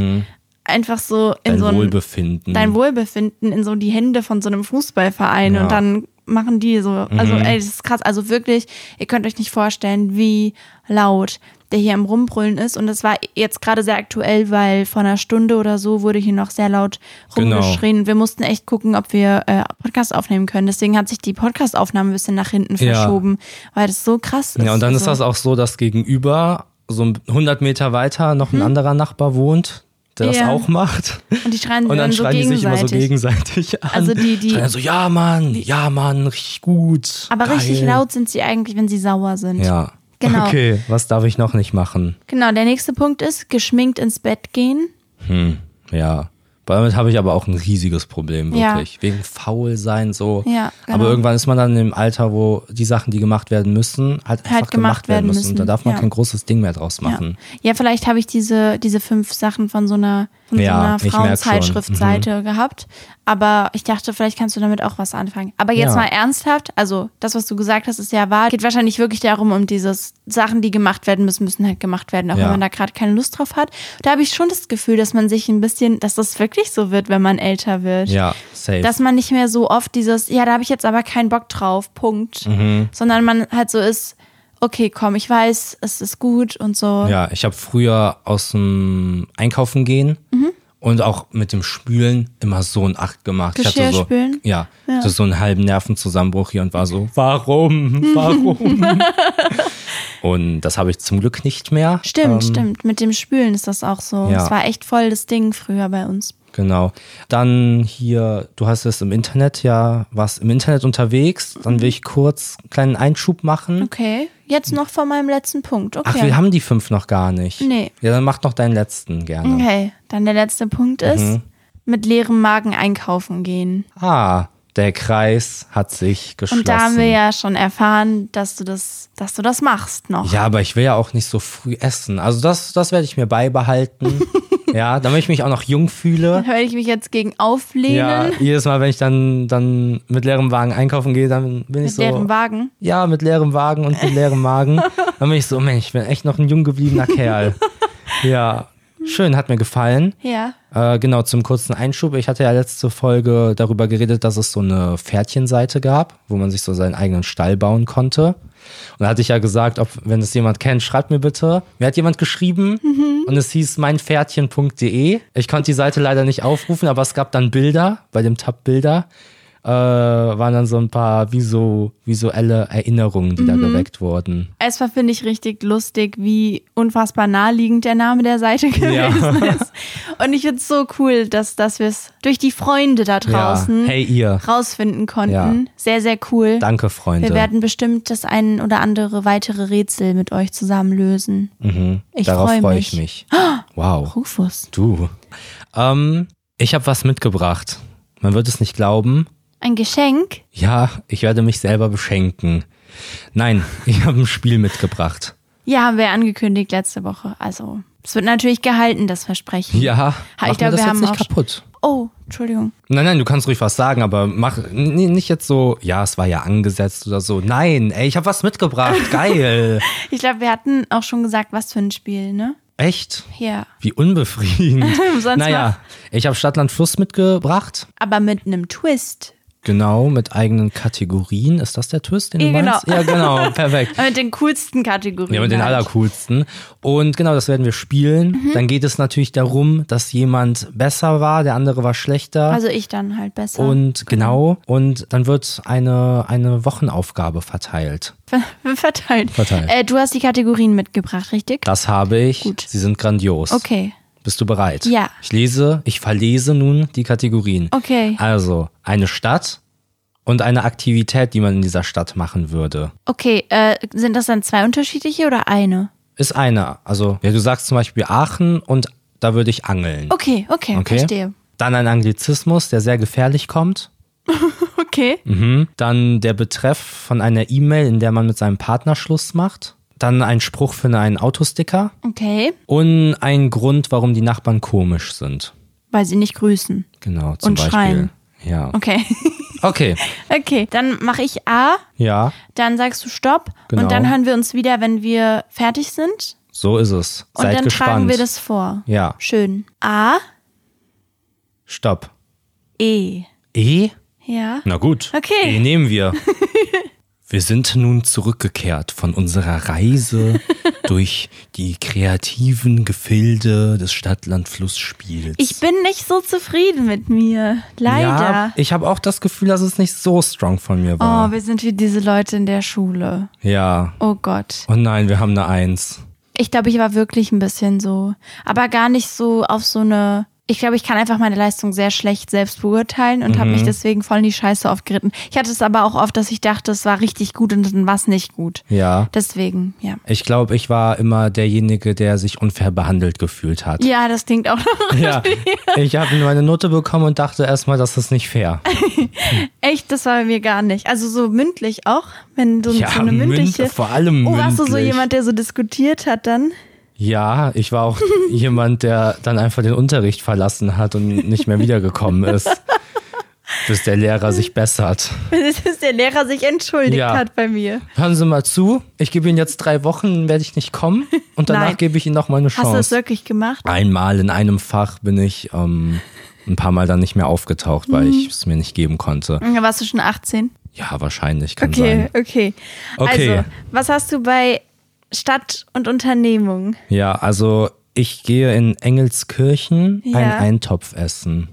Speaker 2: einfach so in
Speaker 1: Mhm. dein
Speaker 2: so ein
Speaker 1: Wohlbefinden.
Speaker 2: dein Wohlbefinden in so die Hände von so einem Fußballverein
Speaker 1: Mhm. Ja. Mhm.
Speaker 2: und dann machen die so. Also, ey, das ist krass. Also wirklich, ihr könnt euch nicht vorstellen, wie laut der hier am Rumbrüllen ist. Und das war jetzt gerade sehr aktuell, weil vor einer Stunde oder so wurde hier noch sehr laut
Speaker 1: Genau.
Speaker 2: rumgeschrien. Wir mussten echt gucken, ob wir äh, Podcast aufnehmen können. Deswegen hat sich die Podcastaufnahme ein bisschen nach hinten
Speaker 1: Ja.
Speaker 2: verschoben, weil das so krass ist.
Speaker 1: ja, und dann ist
Speaker 2: Also,
Speaker 1: das auch so, dass gegenüber, so ein 100 Meter weiter, noch ein anderer Nachbar wohnt, der das
Speaker 2: Hm? Ja.
Speaker 1: auch macht.
Speaker 2: Und die schreien,
Speaker 1: Und dann
Speaker 2: so
Speaker 1: schreien die sich immer so
Speaker 2: gegenseitig.
Speaker 1: gegenseitig an.
Speaker 2: Also die- die-
Speaker 1: Schreien dann so, ja, Mann, ja, Mann, richtig gut.
Speaker 2: Aber
Speaker 1: geil.
Speaker 2: richtig laut sind sie eigentlich, wenn sie sauer sind.
Speaker 1: Ja.
Speaker 2: Genau.
Speaker 1: Okay, was darf ich noch nicht machen?
Speaker 2: Genau, der nächste Punkt ist, geschminkt ins Bett gehen.
Speaker 1: Hm, ja. Damit habe ich aber auch ein riesiges Problem,
Speaker 2: Ja.
Speaker 1: wirklich. Wegen faul sein, so.
Speaker 2: Ja, genau.
Speaker 1: Aber irgendwann ist man dann im Alter, wo die Sachen, die gemacht werden müssen, halt einfach
Speaker 2: Halt
Speaker 1: gemacht werden müssen. Und da darf man
Speaker 2: ja.
Speaker 1: kein großes Ding mehr draus
Speaker 2: Ja,
Speaker 1: machen.
Speaker 2: ja vielleicht habe ich diese, diese fünf Sachen von so einer, von
Speaker 1: Ja,
Speaker 2: so
Speaker 1: ich
Speaker 2: einer
Speaker 1: merk Mhm.
Speaker 2: Frauenzeitschriftseite gehabt. Aber ich dachte, vielleicht kannst du damit auch was anfangen. Aber jetzt
Speaker 1: Ja.
Speaker 2: mal ernsthaft, also das, was du gesagt hast, ist ja wahr. Geht wahrscheinlich wirklich darum, um dieses Sachen, die gemacht werden müssen, müssen halt gemacht werden, auch
Speaker 1: Ja.
Speaker 2: wenn man da gerade keine Lust drauf hat. Da habe ich schon das Gefühl, dass man sich ein bisschen, dass das wirklich so wird, wenn man älter wird.
Speaker 1: Ja, safe.
Speaker 2: dass man nicht mehr so oft dieses, ja, da habe ich jetzt aber keinen Bock drauf, Punkt.
Speaker 1: Mhm.
Speaker 2: Sondern man halt so ist, okay, komm, ich weiß, es ist gut und so.
Speaker 1: ja, ich habe früher aus dem Einkaufen gehen
Speaker 2: Mhm.
Speaker 1: und auch mit dem Spülen immer so ein Acht gemacht. ich hatte so,
Speaker 2: Geschirrspülen?
Speaker 1: Ja, ja. So, so einen halben Nervenzusammenbruch hier und war so, warum? Warum? und das habe ich zum Glück nicht mehr. Ähm,
Speaker 2: Stimmt, stimmt. Mit dem Spülen ist das auch so.
Speaker 1: ja.
Speaker 2: Das war echt voll das Ding früher bei uns.
Speaker 1: Genau. Dann hier, du hast es im Internet ja, warst im Internet unterwegs. Dann will ich kurz einen kleinen Einschub machen.
Speaker 2: Okay, jetzt noch vor meinem letzten Punkt. Okay.
Speaker 1: Ach, wir haben die fünf noch gar nicht.
Speaker 2: Nee.
Speaker 1: Ja, dann mach noch Mhm. deinen letzten gerne.
Speaker 2: okay, dann der letzte Punkt ist, mit leerem Magen einkaufen gehen.
Speaker 1: Ah, der Kreis hat sich geschlossen.
Speaker 2: Und da haben wir ja schon erfahren, dass du das, dass du das machst noch.
Speaker 1: ja, aber ich will ja auch nicht so früh essen. Also das, das werde ich mir beibehalten. ja, damit ich mich auch noch jung fühle.
Speaker 2: Hör ich mich jetzt gegen auflehnen
Speaker 1: Ja, jedes Mal, wenn ich dann, dann mit leerem Wagen einkaufen gehe, dann bin ich
Speaker 2: mit
Speaker 1: so.
Speaker 2: leerem Wagen.
Speaker 1: ja, mit leerem Wagen und mit leerem Magen. Dann bin ich so, Mensch, ich bin echt noch ein jung gebliebener Kerl. Ja, schön, hat mir gefallen.
Speaker 2: Ja.
Speaker 1: Äh, genau, zum kurzen Einschub. Ich hatte ja letzte Folge darüber geredet, dass es so eine Pferdchenseite gab, wo man sich so seinen eigenen Stall bauen konnte. Und da hatte ich ja gesagt, ob, wenn es jemand kennt, schreibt mir bitte. Mir hat jemand geschrieben
Speaker 2: Mhm.
Speaker 1: und es hieß meinpferdchen.de. Ich konnte die Seite leider nicht aufrufen, aber es gab dann Bilder, bei dem Tab Bilder, äh, waren dann so ein paar visu visuelle Erinnerungen,
Speaker 2: Mhm.
Speaker 1: die da geweckt wurden.
Speaker 2: Erstmal finde ich richtig lustig, wie unfassbar naheliegend der Name der Seite gewesen ist. Und ich finde es so cool, dass, dass wir es durch die Freunde da draußen
Speaker 1: Ja. Hey ihr,
Speaker 2: rausfinden konnten.
Speaker 1: Ja.
Speaker 2: Sehr, sehr cool.
Speaker 1: danke Freunde.
Speaker 2: Wir werden bestimmt das ein oder andere weitere Rätsel mit euch zusammen lösen. Ich
Speaker 1: Mhm. Darauf
Speaker 2: freue
Speaker 1: freue
Speaker 2: mich.
Speaker 1: ich mich. Wow.
Speaker 2: Rufus.
Speaker 1: Du. Ähm, ich habe was mitgebracht. Man wird es nicht glauben.
Speaker 2: Ein Geschenk?
Speaker 1: Ja, ich werde mich selber beschenken. Nein, ich habe ein Spiel mitgebracht.
Speaker 2: Ja, haben wir angekündigt letzte Woche. Also, es wird natürlich gehalten, das Versprechen.
Speaker 1: Ja,
Speaker 2: Ha,
Speaker 1: mach
Speaker 2: ich
Speaker 1: mir das
Speaker 2: glaube, wir
Speaker 1: jetzt
Speaker 2: haben
Speaker 1: nicht
Speaker 2: auch-
Speaker 1: kaputt.
Speaker 2: Oh, Entschuldigung.
Speaker 1: Nein, nein, du kannst ruhig was sagen, aber mach nee, nicht jetzt so, ja, es war ja angesetzt oder so. Nein, ey, ich habe was mitgebracht. Geil.
Speaker 2: Ich glaube, wir hatten auch schon gesagt, was für ein Spiel, ne?
Speaker 1: Echt?
Speaker 2: Ja.
Speaker 1: Wie unbefriedigend.
Speaker 2: Sonst
Speaker 1: naja, ich habe Stadtland Fluss mitgebracht.
Speaker 2: Aber mit einem Twist.
Speaker 1: Genau, mit eigenen Kategorien. Ist das der Twist, den du
Speaker 2: Ja, genau.
Speaker 1: meinst? Ja, genau, perfekt.
Speaker 2: Aber mit Äh, den coolsten Kategorien.
Speaker 1: Ja, mit den
Speaker 2: halt.
Speaker 1: allercoolsten. Und genau, das werden wir
Speaker 2: Mhm.
Speaker 1: spielen. Dann geht es natürlich darum, dass jemand besser war, der andere war schlechter.
Speaker 2: Also ich dann halt besser.
Speaker 1: und genau, und dann wird eine, eine Wochenaufgabe verteilt.
Speaker 2: verteilt.
Speaker 1: Verteilt.
Speaker 2: Äh, du hast die Kategorien mitgebracht, richtig?
Speaker 1: Das habe ich.
Speaker 2: Gut.
Speaker 1: Sie sind grandios.
Speaker 2: Okay.
Speaker 1: Bist du bereit?
Speaker 2: Ja.
Speaker 1: Ich lese, ich verlese nun die Kategorien.
Speaker 2: Okay.
Speaker 1: Also, eine Stadt und eine Aktivität, die man in dieser Stadt machen würde.
Speaker 2: Okay, äh, sind das dann zwei unterschiedliche oder eine?
Speaker 1: Ist eine. Also, ja, du sagst zum Beispiel Aachen und da würde ich angeln.
Speaker 2: Okay, okay, verstehe.
Speaker 1: Dann ein Anglizismus, der sehr gefährlich kommt.
Speaker 2: Okay.
Speaker 1: Mhm. Dann der Betreff von einer E-Mail, in der man mit seinem Partner Schluss macht. Dann ein Spruch für einen Autosticker.
Speaker 2: Okay.
Speaker 1: Und ein Grund, warum die Nachbarn komisch sind.
Speaker 2: Weil sie nicht grüßen.
Speaker 1: Genau, zum
Speaker 2: Und
Speaker 1: Beispiel.
Speaker 2: schreien.
Speaker 1: Ja.
Speaker 2: Okay.
Speaker 1: Okay.
Speaker 2: okay, dann mache ich A,
Speaker 1: Ja,
Speaker 2: dann sagst du Stopp
Speaker 1: Genau.
Speaker 2: und dann hören wir uns wieder, wenn wir fertig sind.
Speaker 1: so ist es.
Speaker 2: Und
Speaker 1: Seid
Speaker 2: dann
Speaker 1: gespannt.
Speaker 2: tragen wir das vor.
Speaker 1: ja,
Speaker 2: Schön. A,
Speaker 1: stopp.
Speaker 2: E.
Speaker 1: E?
Speaker 2: Ja.
Speaker 1: Na gut.
Speaker 2: Okay.
Speaker 1: E nehmen wir. Wir sind nun zurückgekehrt von unserer Reise durch die kreativen Gefilde des Stadtlandflussspiels.
Speaker 2: Ich bin nicht so zufrieden mit mir.
Speaker 1: Ja,
Speaker 2: Leider.
Speaker 1: ich habe auch das Gefühl, dass es nicht so strong von mir war.
Speaker 2: Oh, wir sind wie diese Leute in der Schule.
Speaker 1: Ja.
Speaker 2: Oh Gott.
Speaker 1: Oh nein, wir haben eine Eins.
Speaker 2: Ich glaube, ich war wirklich ein bisschen so. Aber gar nicht so auf so eine. Ich glaube, ich kann einfach meine Leistung sehr schlecht selbst beurteilen und habe
Speaker 1: Mhm.
Speaker 2: mich deswegen voll in die Scheiße aufgeritten. Ich hatte es aber auch oft, dass ich dachte, es war richtig gut und dann war es nicht gut.
Speaker 1: Ja.
Speaker 2: Deswegen, ja.
Speaker 1: Ich glaube, ich war immer derjenige, der sich unfair behandelt gefühlt hat.
Speaker 2: Ja, das klingt auch noch.
Speaker 1: Ja. Ich habe nur eine Note bekommen und dachte erstmal, das ist nicht fair.
Speaker 2: Echt, das war bei mir gar nicht. Also so mündlich auch, wenn du
Speaker 1: Ja,
Speaker 2: so eine
Speaker 1: münd-
Speaker 2: mündliche.
Speaker 1: vor allem
Speaker 2: Oh, warst du so
Speaker 1: mündlich.
Speaker 2: jemand, der so diskutiert hat dann?
Speaker 1: Ja, ich war auch jemand, der dann einfach den Unterricht verlassen hat und nicht mehr wiedergekommen ist, bis der Lehrer sich bessert.
Speaker 2: Bis der Lehrer sich entschuldigt
Speaker 1: Ja.
Speaker 2: hat bei mir.
Speaker 1: Hören Sie mal zu, ich gebe Ihnen jetzt drei Wochen, dann werde ich nicht kommen und danach
Speaker 2: Nein.
Speaker 1: gebe ich Ihnen nochmal eine
Speaker 2: Hast du das
Speaker 1: Chance.
Speaker 2: wirklich gemacht?
Speaker 1: Einmal in einem Fach bin ich ähm, ein paar Mal dann nicht mehr aufgetaucht,
Speaker 2: Mhm.
Speaker 1: weil ich es mir nicht geben konnte.
Speaker 2: Da warst du schon 18?
Speaker 1: Ja, wahrscheinlich kann
Speaker 2: Okay,
Speaker 1: sein.
Speaker 2: okay.
Speaker 1: Okay.
Speaker 2: Also, was hast du bei Stadt und Unternehmung?
Speaker 1: Ja, also ich gehe in Engelskirchen ein
Speaker 2: Ja.
Speaker 1: Eintopf essen.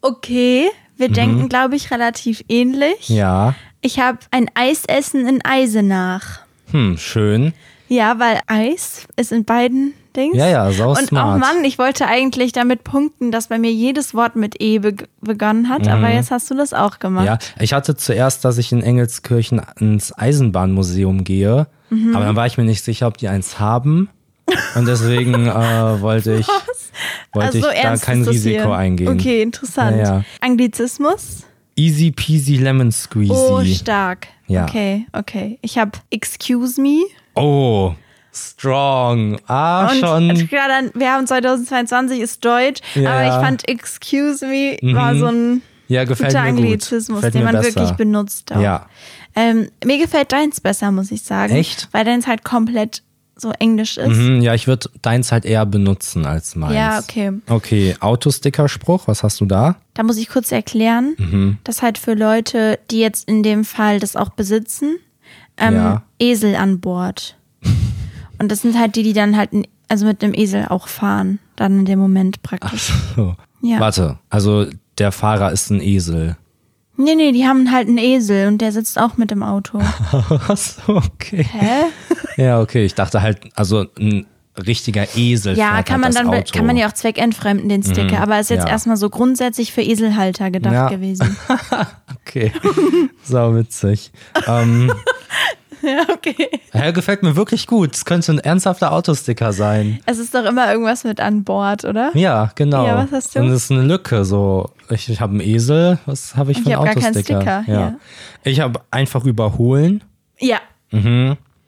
Speaker 2: Okay, wir denken, glaube ich, relativ ähnlich.
Speaker 1: Mhm. Ja,
Speaker 2: Ich habe ein Eisessen in Eisenach.
Speaker 1: hm, schön.
Speaker 2: Ja, weil Eis ist in beiden Dings.
Speaker 1: Ja, ja, sau
Speaker 2: Und
Speaker 1: smart.
Speaker 2: oh Mann, ich wollte eigentlich damit punkten, dass bei mir jedes Wort mit E be begonnen hat, aber jetzt hast du das auch gemacht.
Speaker 1: Mhm. Ja, ich hatte zuerst, dass ich in Engelskirchen ins Eisenbahnmuseum gehe,
Speaker 2: Mhm.
Speaker 1: aber dann war ich mir nicht sicher, ob die eins haben. Und deswegen äh, wollte ich, wollte
Speaker 2: also,
Speaker 1: ich da
Speaker 2: ernst
Speaker 1: kein
Speaker 2: ist das
Speaker 1: Risiko
Speaker 2: hier.
Speaker 1: eingehen.
Speaker 2: Okay, interessant.
Speaker 1: Ja, ja.
Speaker 2: Anglizismus?
Speaker 1: Easy peasy lemon squeezy.
Speaker 2: Oh, stark.
Speaker 1: Ja.
Speaker 2: Okay, okay. Ich habe Excuse me.
Speaker 1: Oh, strong. Ah,
Speaker 2: Und
Speaker 1: schon.
Speaker 2: klar, dann, wir haben 2022 ist Deutsch,
Speaker 1: Ja,
Speaker 2: aber
Speaker 1: ja.
Speaker 2: ich fand Excuse me war so ein
Speaker 1: Ja, gefällt
Speaker 2: guter
Speaker 1: mir gut.
Speaker 2: Anglizismus,
Speaker 1: Gefällt
Speaker 2: den
Speaker 1: mir
Speaker 2: man
Speaker 1: besser.
Speaker 2: wirklich benutzt. Auch.
Speaker 1: Ja.
Speaker 2: Ähm, mir gefällt deins besser, muss ich sagen.
Speaker 1: Echt?
Speaker 2: Weil deins halt komplett so englisch ist.
Speaker 1: Mhm, ja, ich würde deins halt eher benutzen als meins.
Speaker 2: Ja, okay.
Speaker 1: Okay, Autostickerspruch, was hast du da?
Speaker 2: Da muss ich kurz erklären,
Speaker 1: Mhm.
Speaker 2: dass halt für Leute, die jetzt in dem Fall das auch besitzen, ähm,
Speaker 1: Ja.
Speaker 2: Esel an Bord. Und das sind halt die, die dann halt n- also mit einem Esel auch fahren, dann in dem Moment praktisch.
Speaker 1: So.
Speaker 2: Ja.
Speaker 1: Warte, also der Fahrer ist ein Esel.
Speaker 2: Nee, nee, die haben halt einen Esel und der sitzt auch mit im Auto.
Speaker 1: Ach so, okay.
Speaker 2: Hä?
Speaker 1: Ja, okay, ich dachte halt, also ein richtiger Esel
Speaker 2: Ja,
Speaker 1: fährt
Speaker 2: kann man
Speaker 1: halt
Speaker 2: dann
Speaker 1: das
Speaker 2: be-
Speaker 1: Auto. Mhm.
Speaker 2: kann man ja auch zweckentfremden den Sticker, aber ist jetzt
Speaker 1: ja.
Speaker 2: erstmal so grundsätzlich für Eselhalter gedacht
Speaker 1: Ja.
Speaker 2: gewesen.
Speaker 1: Okay, sau witzig. ähm,
Speaker 2: Ja, okay.
Speaker 1: Ja, gefällt mir wirklich gut. Es könnte ein ernsthafter Autosticker sein.
Speaker 2: Es ist doch immer irgendwas mit an Bord, oder?
Speaker 1: Ja, genau.
Speaker 2: Ja, was hast du?
Speaker 1: Und es ist eine Lücke so. Ich, ich habe einen Esel. Was habe ich
Speaker 2: Und
Speaker 1: für
Speaker 2: ich
Speaker 1: einen
Speaker 2: hab gar keinen
Speaker 1: Autosticker?
Speaker 2: Sticker, ja.
Speaker 1: Ich habe einfach überholen.
Speaker 2: Ja.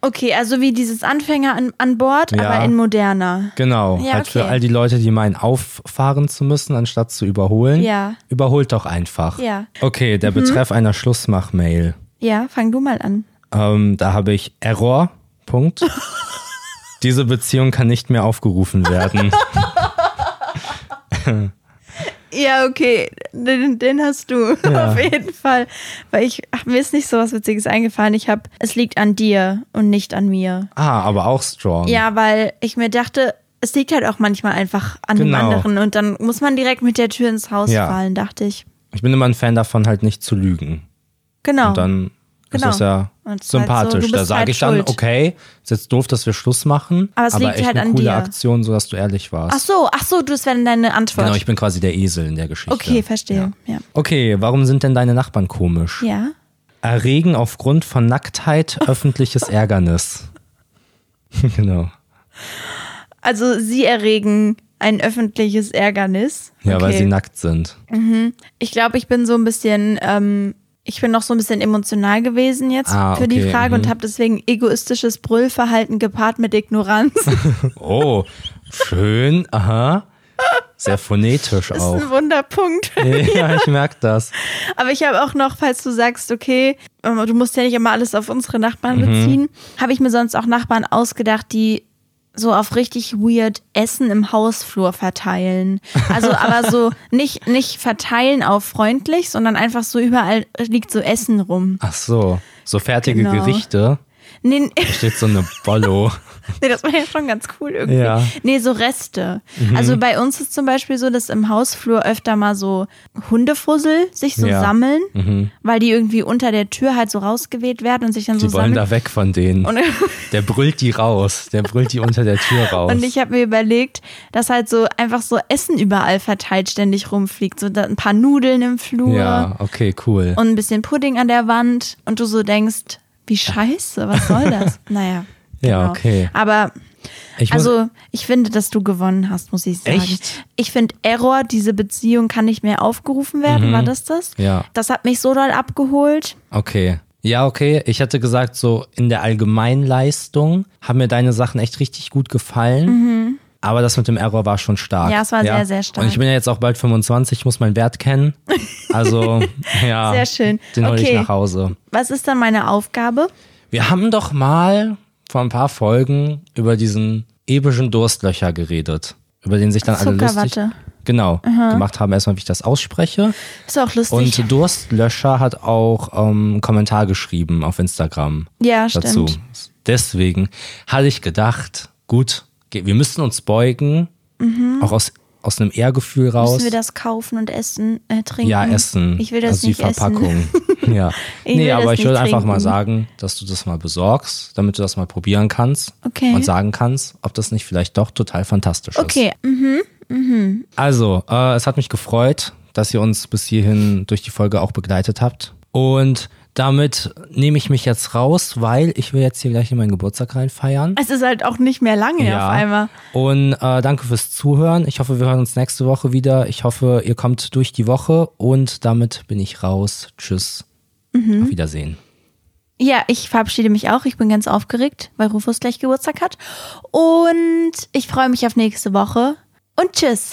Speaker 2: Okay, also wie dieses Anfänger an, an Bord,
Speaker 1: Mhm. Ja.
Speaker 2: aber in moderner.
Speaker 1: Genau.
Speaker 2: Ja,
Speaker 1: halt für
Speaker 2: okay.
Speaker 1: all die Leute, die meinen, auffahren zu müssen, anstatt zu überholen.
Speaker 2: Ja.
Speaker 1: Überholt doch einfach.
Speaker 2: Ja. Mhm.
Speaker 1: Okay, der Betreff einer Schlussmach-Mail.
Speaker 2: Ja, fang du mal an.
Speaker 1: Ähm, da habe ich Error. Punkt. Diese Beziehung kann nicht mehr aufgerufen werden.
Speaker 2: Ja, okay, den, den hast du auf jeden Fall. Weil ich, ach, mir ist nicht so was Witziges eingefallen. Ich habe, es liegt an dir und nicht an mir.
Speaker 1: ah, aber auch strong.
Speaker 2: Ja, weil ich mir dachte, es liegt halt auch manchmal einfach an
Speaker 1: Genau.
Speaker 2: dem anderen und dann muss man direkt mit der Tür ins Haus
Speaker 1: Ja.
Speaker 2: fallen, dachte ich.
Speaker 1: Ich bin immer ein Fan davon, halt nicht zu lügen.
Speaker 2: Genau.
Speaker 1: Und dann
Speaker 2: Genau.
Speaker 1: ist es ja
Speaker 2: Und es ist halt
Speaker 1: sympathisch.
Speaker 2: so, du bist
Speaker 1: da sage
Speaker 2: halt
Speaker 1: ich dann,
Speaker 2: schuld.
Speaker 1: okay, ist jetzt doof, dass wir Schluss machen,
Speaker 2: Aber es liegt
Speaker 1: echt
Speaker 2: halt
Speaker 1: eine
Speaker 2: an
Speaker 1: coole
Speaker 2: dir.
Speaker 1: Aktion, sodass du ehrlich warst.
Speaker 2: ach so, ach so, das wäre dann deine Antwort.
Speaker 1: Genau, ich bin quasi der Esel in der Geschichte.
Speaker 2: okay, verstehe. Ja.
Speaker 1: Okay, warum sind denn deine Nachbarn komisch?
Speaker 2: ja.
Speaker 1: Erregen aufgrund von Nacktheit öffentliches Ärgernis. genau.
Speaker 2: Also sie erregen ein öffentliches Ärgernis.
Speaker 1: Ja, weil
Speaker 2: Okay.
Speaker 1: sie nackt sind.
Speaker 2: Ich glaube, ich bin so ein bisschen, ähm, ich bin noch so ein bisschen emotional gewesen jetzt
Speaker 1: Ah,
Speaker 2: für die
Speaker 1: okay,
Speaker 2: Frage
Speaker 1: mhm.
Speaker 2: und habe deswegen egoistisches Brüllverhalten gepaart mit Ignoranz. Das
Speaker 1: Oh, schön, aha. Sehr phonetisch
Speaker 2: ist
Speaker 1: auch.
Speaker 2: ein Wunderpunkt.
Speaker 1: Ja, ich merke das.
Speaker 2: Aber ich habe auch noch, falls du sagst, okay, ähm, du musst ja nicht immer alles auf unsere Nachbarn beziehen, habe ich mir sonst auch Nachbarn ausgedacht, die so auf richtig weird Essen im Hausflur verteilen. Also aber so nicht, nicht verteilen auf freundlich, sondern einfach so überall liegt so Essen rum.
Speaker 1: Ach so, so fertige
Speaker 2: Genau.
Speaker 1: Gerichte.
Speaker 2: Nee, nee,
Speaker 1: Steht so eine Bollo.
Speaker 2: Nee, das war ja schon ganz cool irgendwie.
Speaker 1: Ja. Mhm.
Speaker 2: Nee, so Reste. Also bei uns ist zum Beispiel so, dass im Hausflur öfter mal so Hundefussel sich so
Speaker 1: Ja. Mhm.
Speaker 2: sammeln, weil die irgendwie unter der Tür halt so rausgeweht werden und sich dann
Speaker 1: Die
Speaker 2: so
Speaker 1: wollen
Speaker 2: sammeln.
Speaker 1: da weg von denen.
Speaker 2: Und,
Speaker 1: Der brüllt die raus. Der brüllt die unter der Tür raus.
Speaker 2: und ich habe mir überlegt, dass halt so einfach so Essen überall verteilt ständig rumfliegt. So da ein paar Nudeln im Flur
Speaker 1: ja, okay, cool.
Speaker 2: und ein bisschen Pudding an der Wand und du so denkst, wie scheiße, was soll das? naja.
Speaker 1: Ja,
Speaker 2: genau.
Speaker 1: okay.
Speaker 2: Aber
Speaker 1: Ich muss,
Speaker 2: Also, ich finde, dass du gewonnen hast, muss ich sagen.
Speaker 1: Echt?
Speaker 2: Ich finde Error, diese Beziehung kann nicht mehr aufgerufen werden, war das das?
Speaker 1: Mhm. Ja.
Speaker 2: Das hat mich so doll abgeholt.
Speaker 1: okay. Ja, okay. Ich hatte gesagt, so in der Allgemeinleistung haben mir deine Sachen echt richtig gut gefallen. Aber das mit dem Error war schon stark.
Speaker 2: Mhm. Ja, es war sehr, sehr stark.
Speaker 1: Und ich bin ja jetzt auch bald 25, ich muss meinen Wert kennen. Also, ja.
Speaker 2: Sehr schön.
Speaker 1: Den hole ich
Speaker 2: Okay.
Speaker 1: nach Hause.
Speaker 2: Was ist dann meine Aufgabe?
Speaker 1: Wir haben doch mal vor ein paar Folgen über diesen epischen Durstlöcher geredet, über den sich dann alle lustig
Speaker 2: Zuckerwatte.
Speaker 1: genau gemacht haben, erstmal wie ich das ausspreche.
Speaker 2: Ist auch lustig.
Speaker 1: Und Durstlöcher hat auch ähm, einen Kommentar geschrieben auf Instagram
Speaker 2: ja,
Speaker 1: dazu.
Speaker 2: stimmt.
Speaker 1: Deswegen hatte ich gedacht, gut, ge- wir müssen uns beugen, auch aus, aus einem Ehrgefühl raus.
Speaker 2: Mhm. Müssen wir das kaufen und essen, äh, trinken?
Speaker 1: ja, essen.
Speaker 2: Ich will das
Speaker 1: also
Speaker 2: nicht
Speaker 1: die Verpackung.
Speaker 2: essen.
Speaker 1: ja.
Speaker 2: Ich will
Speaker 1: nee,
Speaker 2: das
Speaker 1: aber ich
Speaker 2: nicht
Speaker 1: würde einfach mal
Speaker 2: trinken.
Speaker 1: sagen, dass du das mal besorgst, damit du das mal probieren kannst
Speaker 2: Okay.
Speaker 1: und sagen kannst, ob das nicht vielleicht doch total fantastisch ist.
Speaker 2: Okay, mhm.
Speaker 1: Also, äh, es hat mich gefreut, dass ihr uns bis hierhin durch die Folge auch begleitet habt. Und damit nehme ich mich jetzt raus, weil ich will jetzt hier gleich in meinen Geburtstag reinfeiern.
Speaker 2: es ist halt auch nicht mehr lange auf einmal.
Speaker 1: Und äh, danke fürs Zuhören. Ich hoffe, wir hören uns nächste Woche wieder. Ich hoffe, ihr kommt durch die Woche. Und damit bin ich raus. Tschüss.
Speaker 2: Mhm.
Speaker 1: Auf Wiedersehen.
Speaker 2: Ja, ich verabschiede mich auch. Ich bin ganz aufgeregt, weil Rufus gleich Geburtstag hat. Und ich freue mich auf nächste Woche. Und tschüss.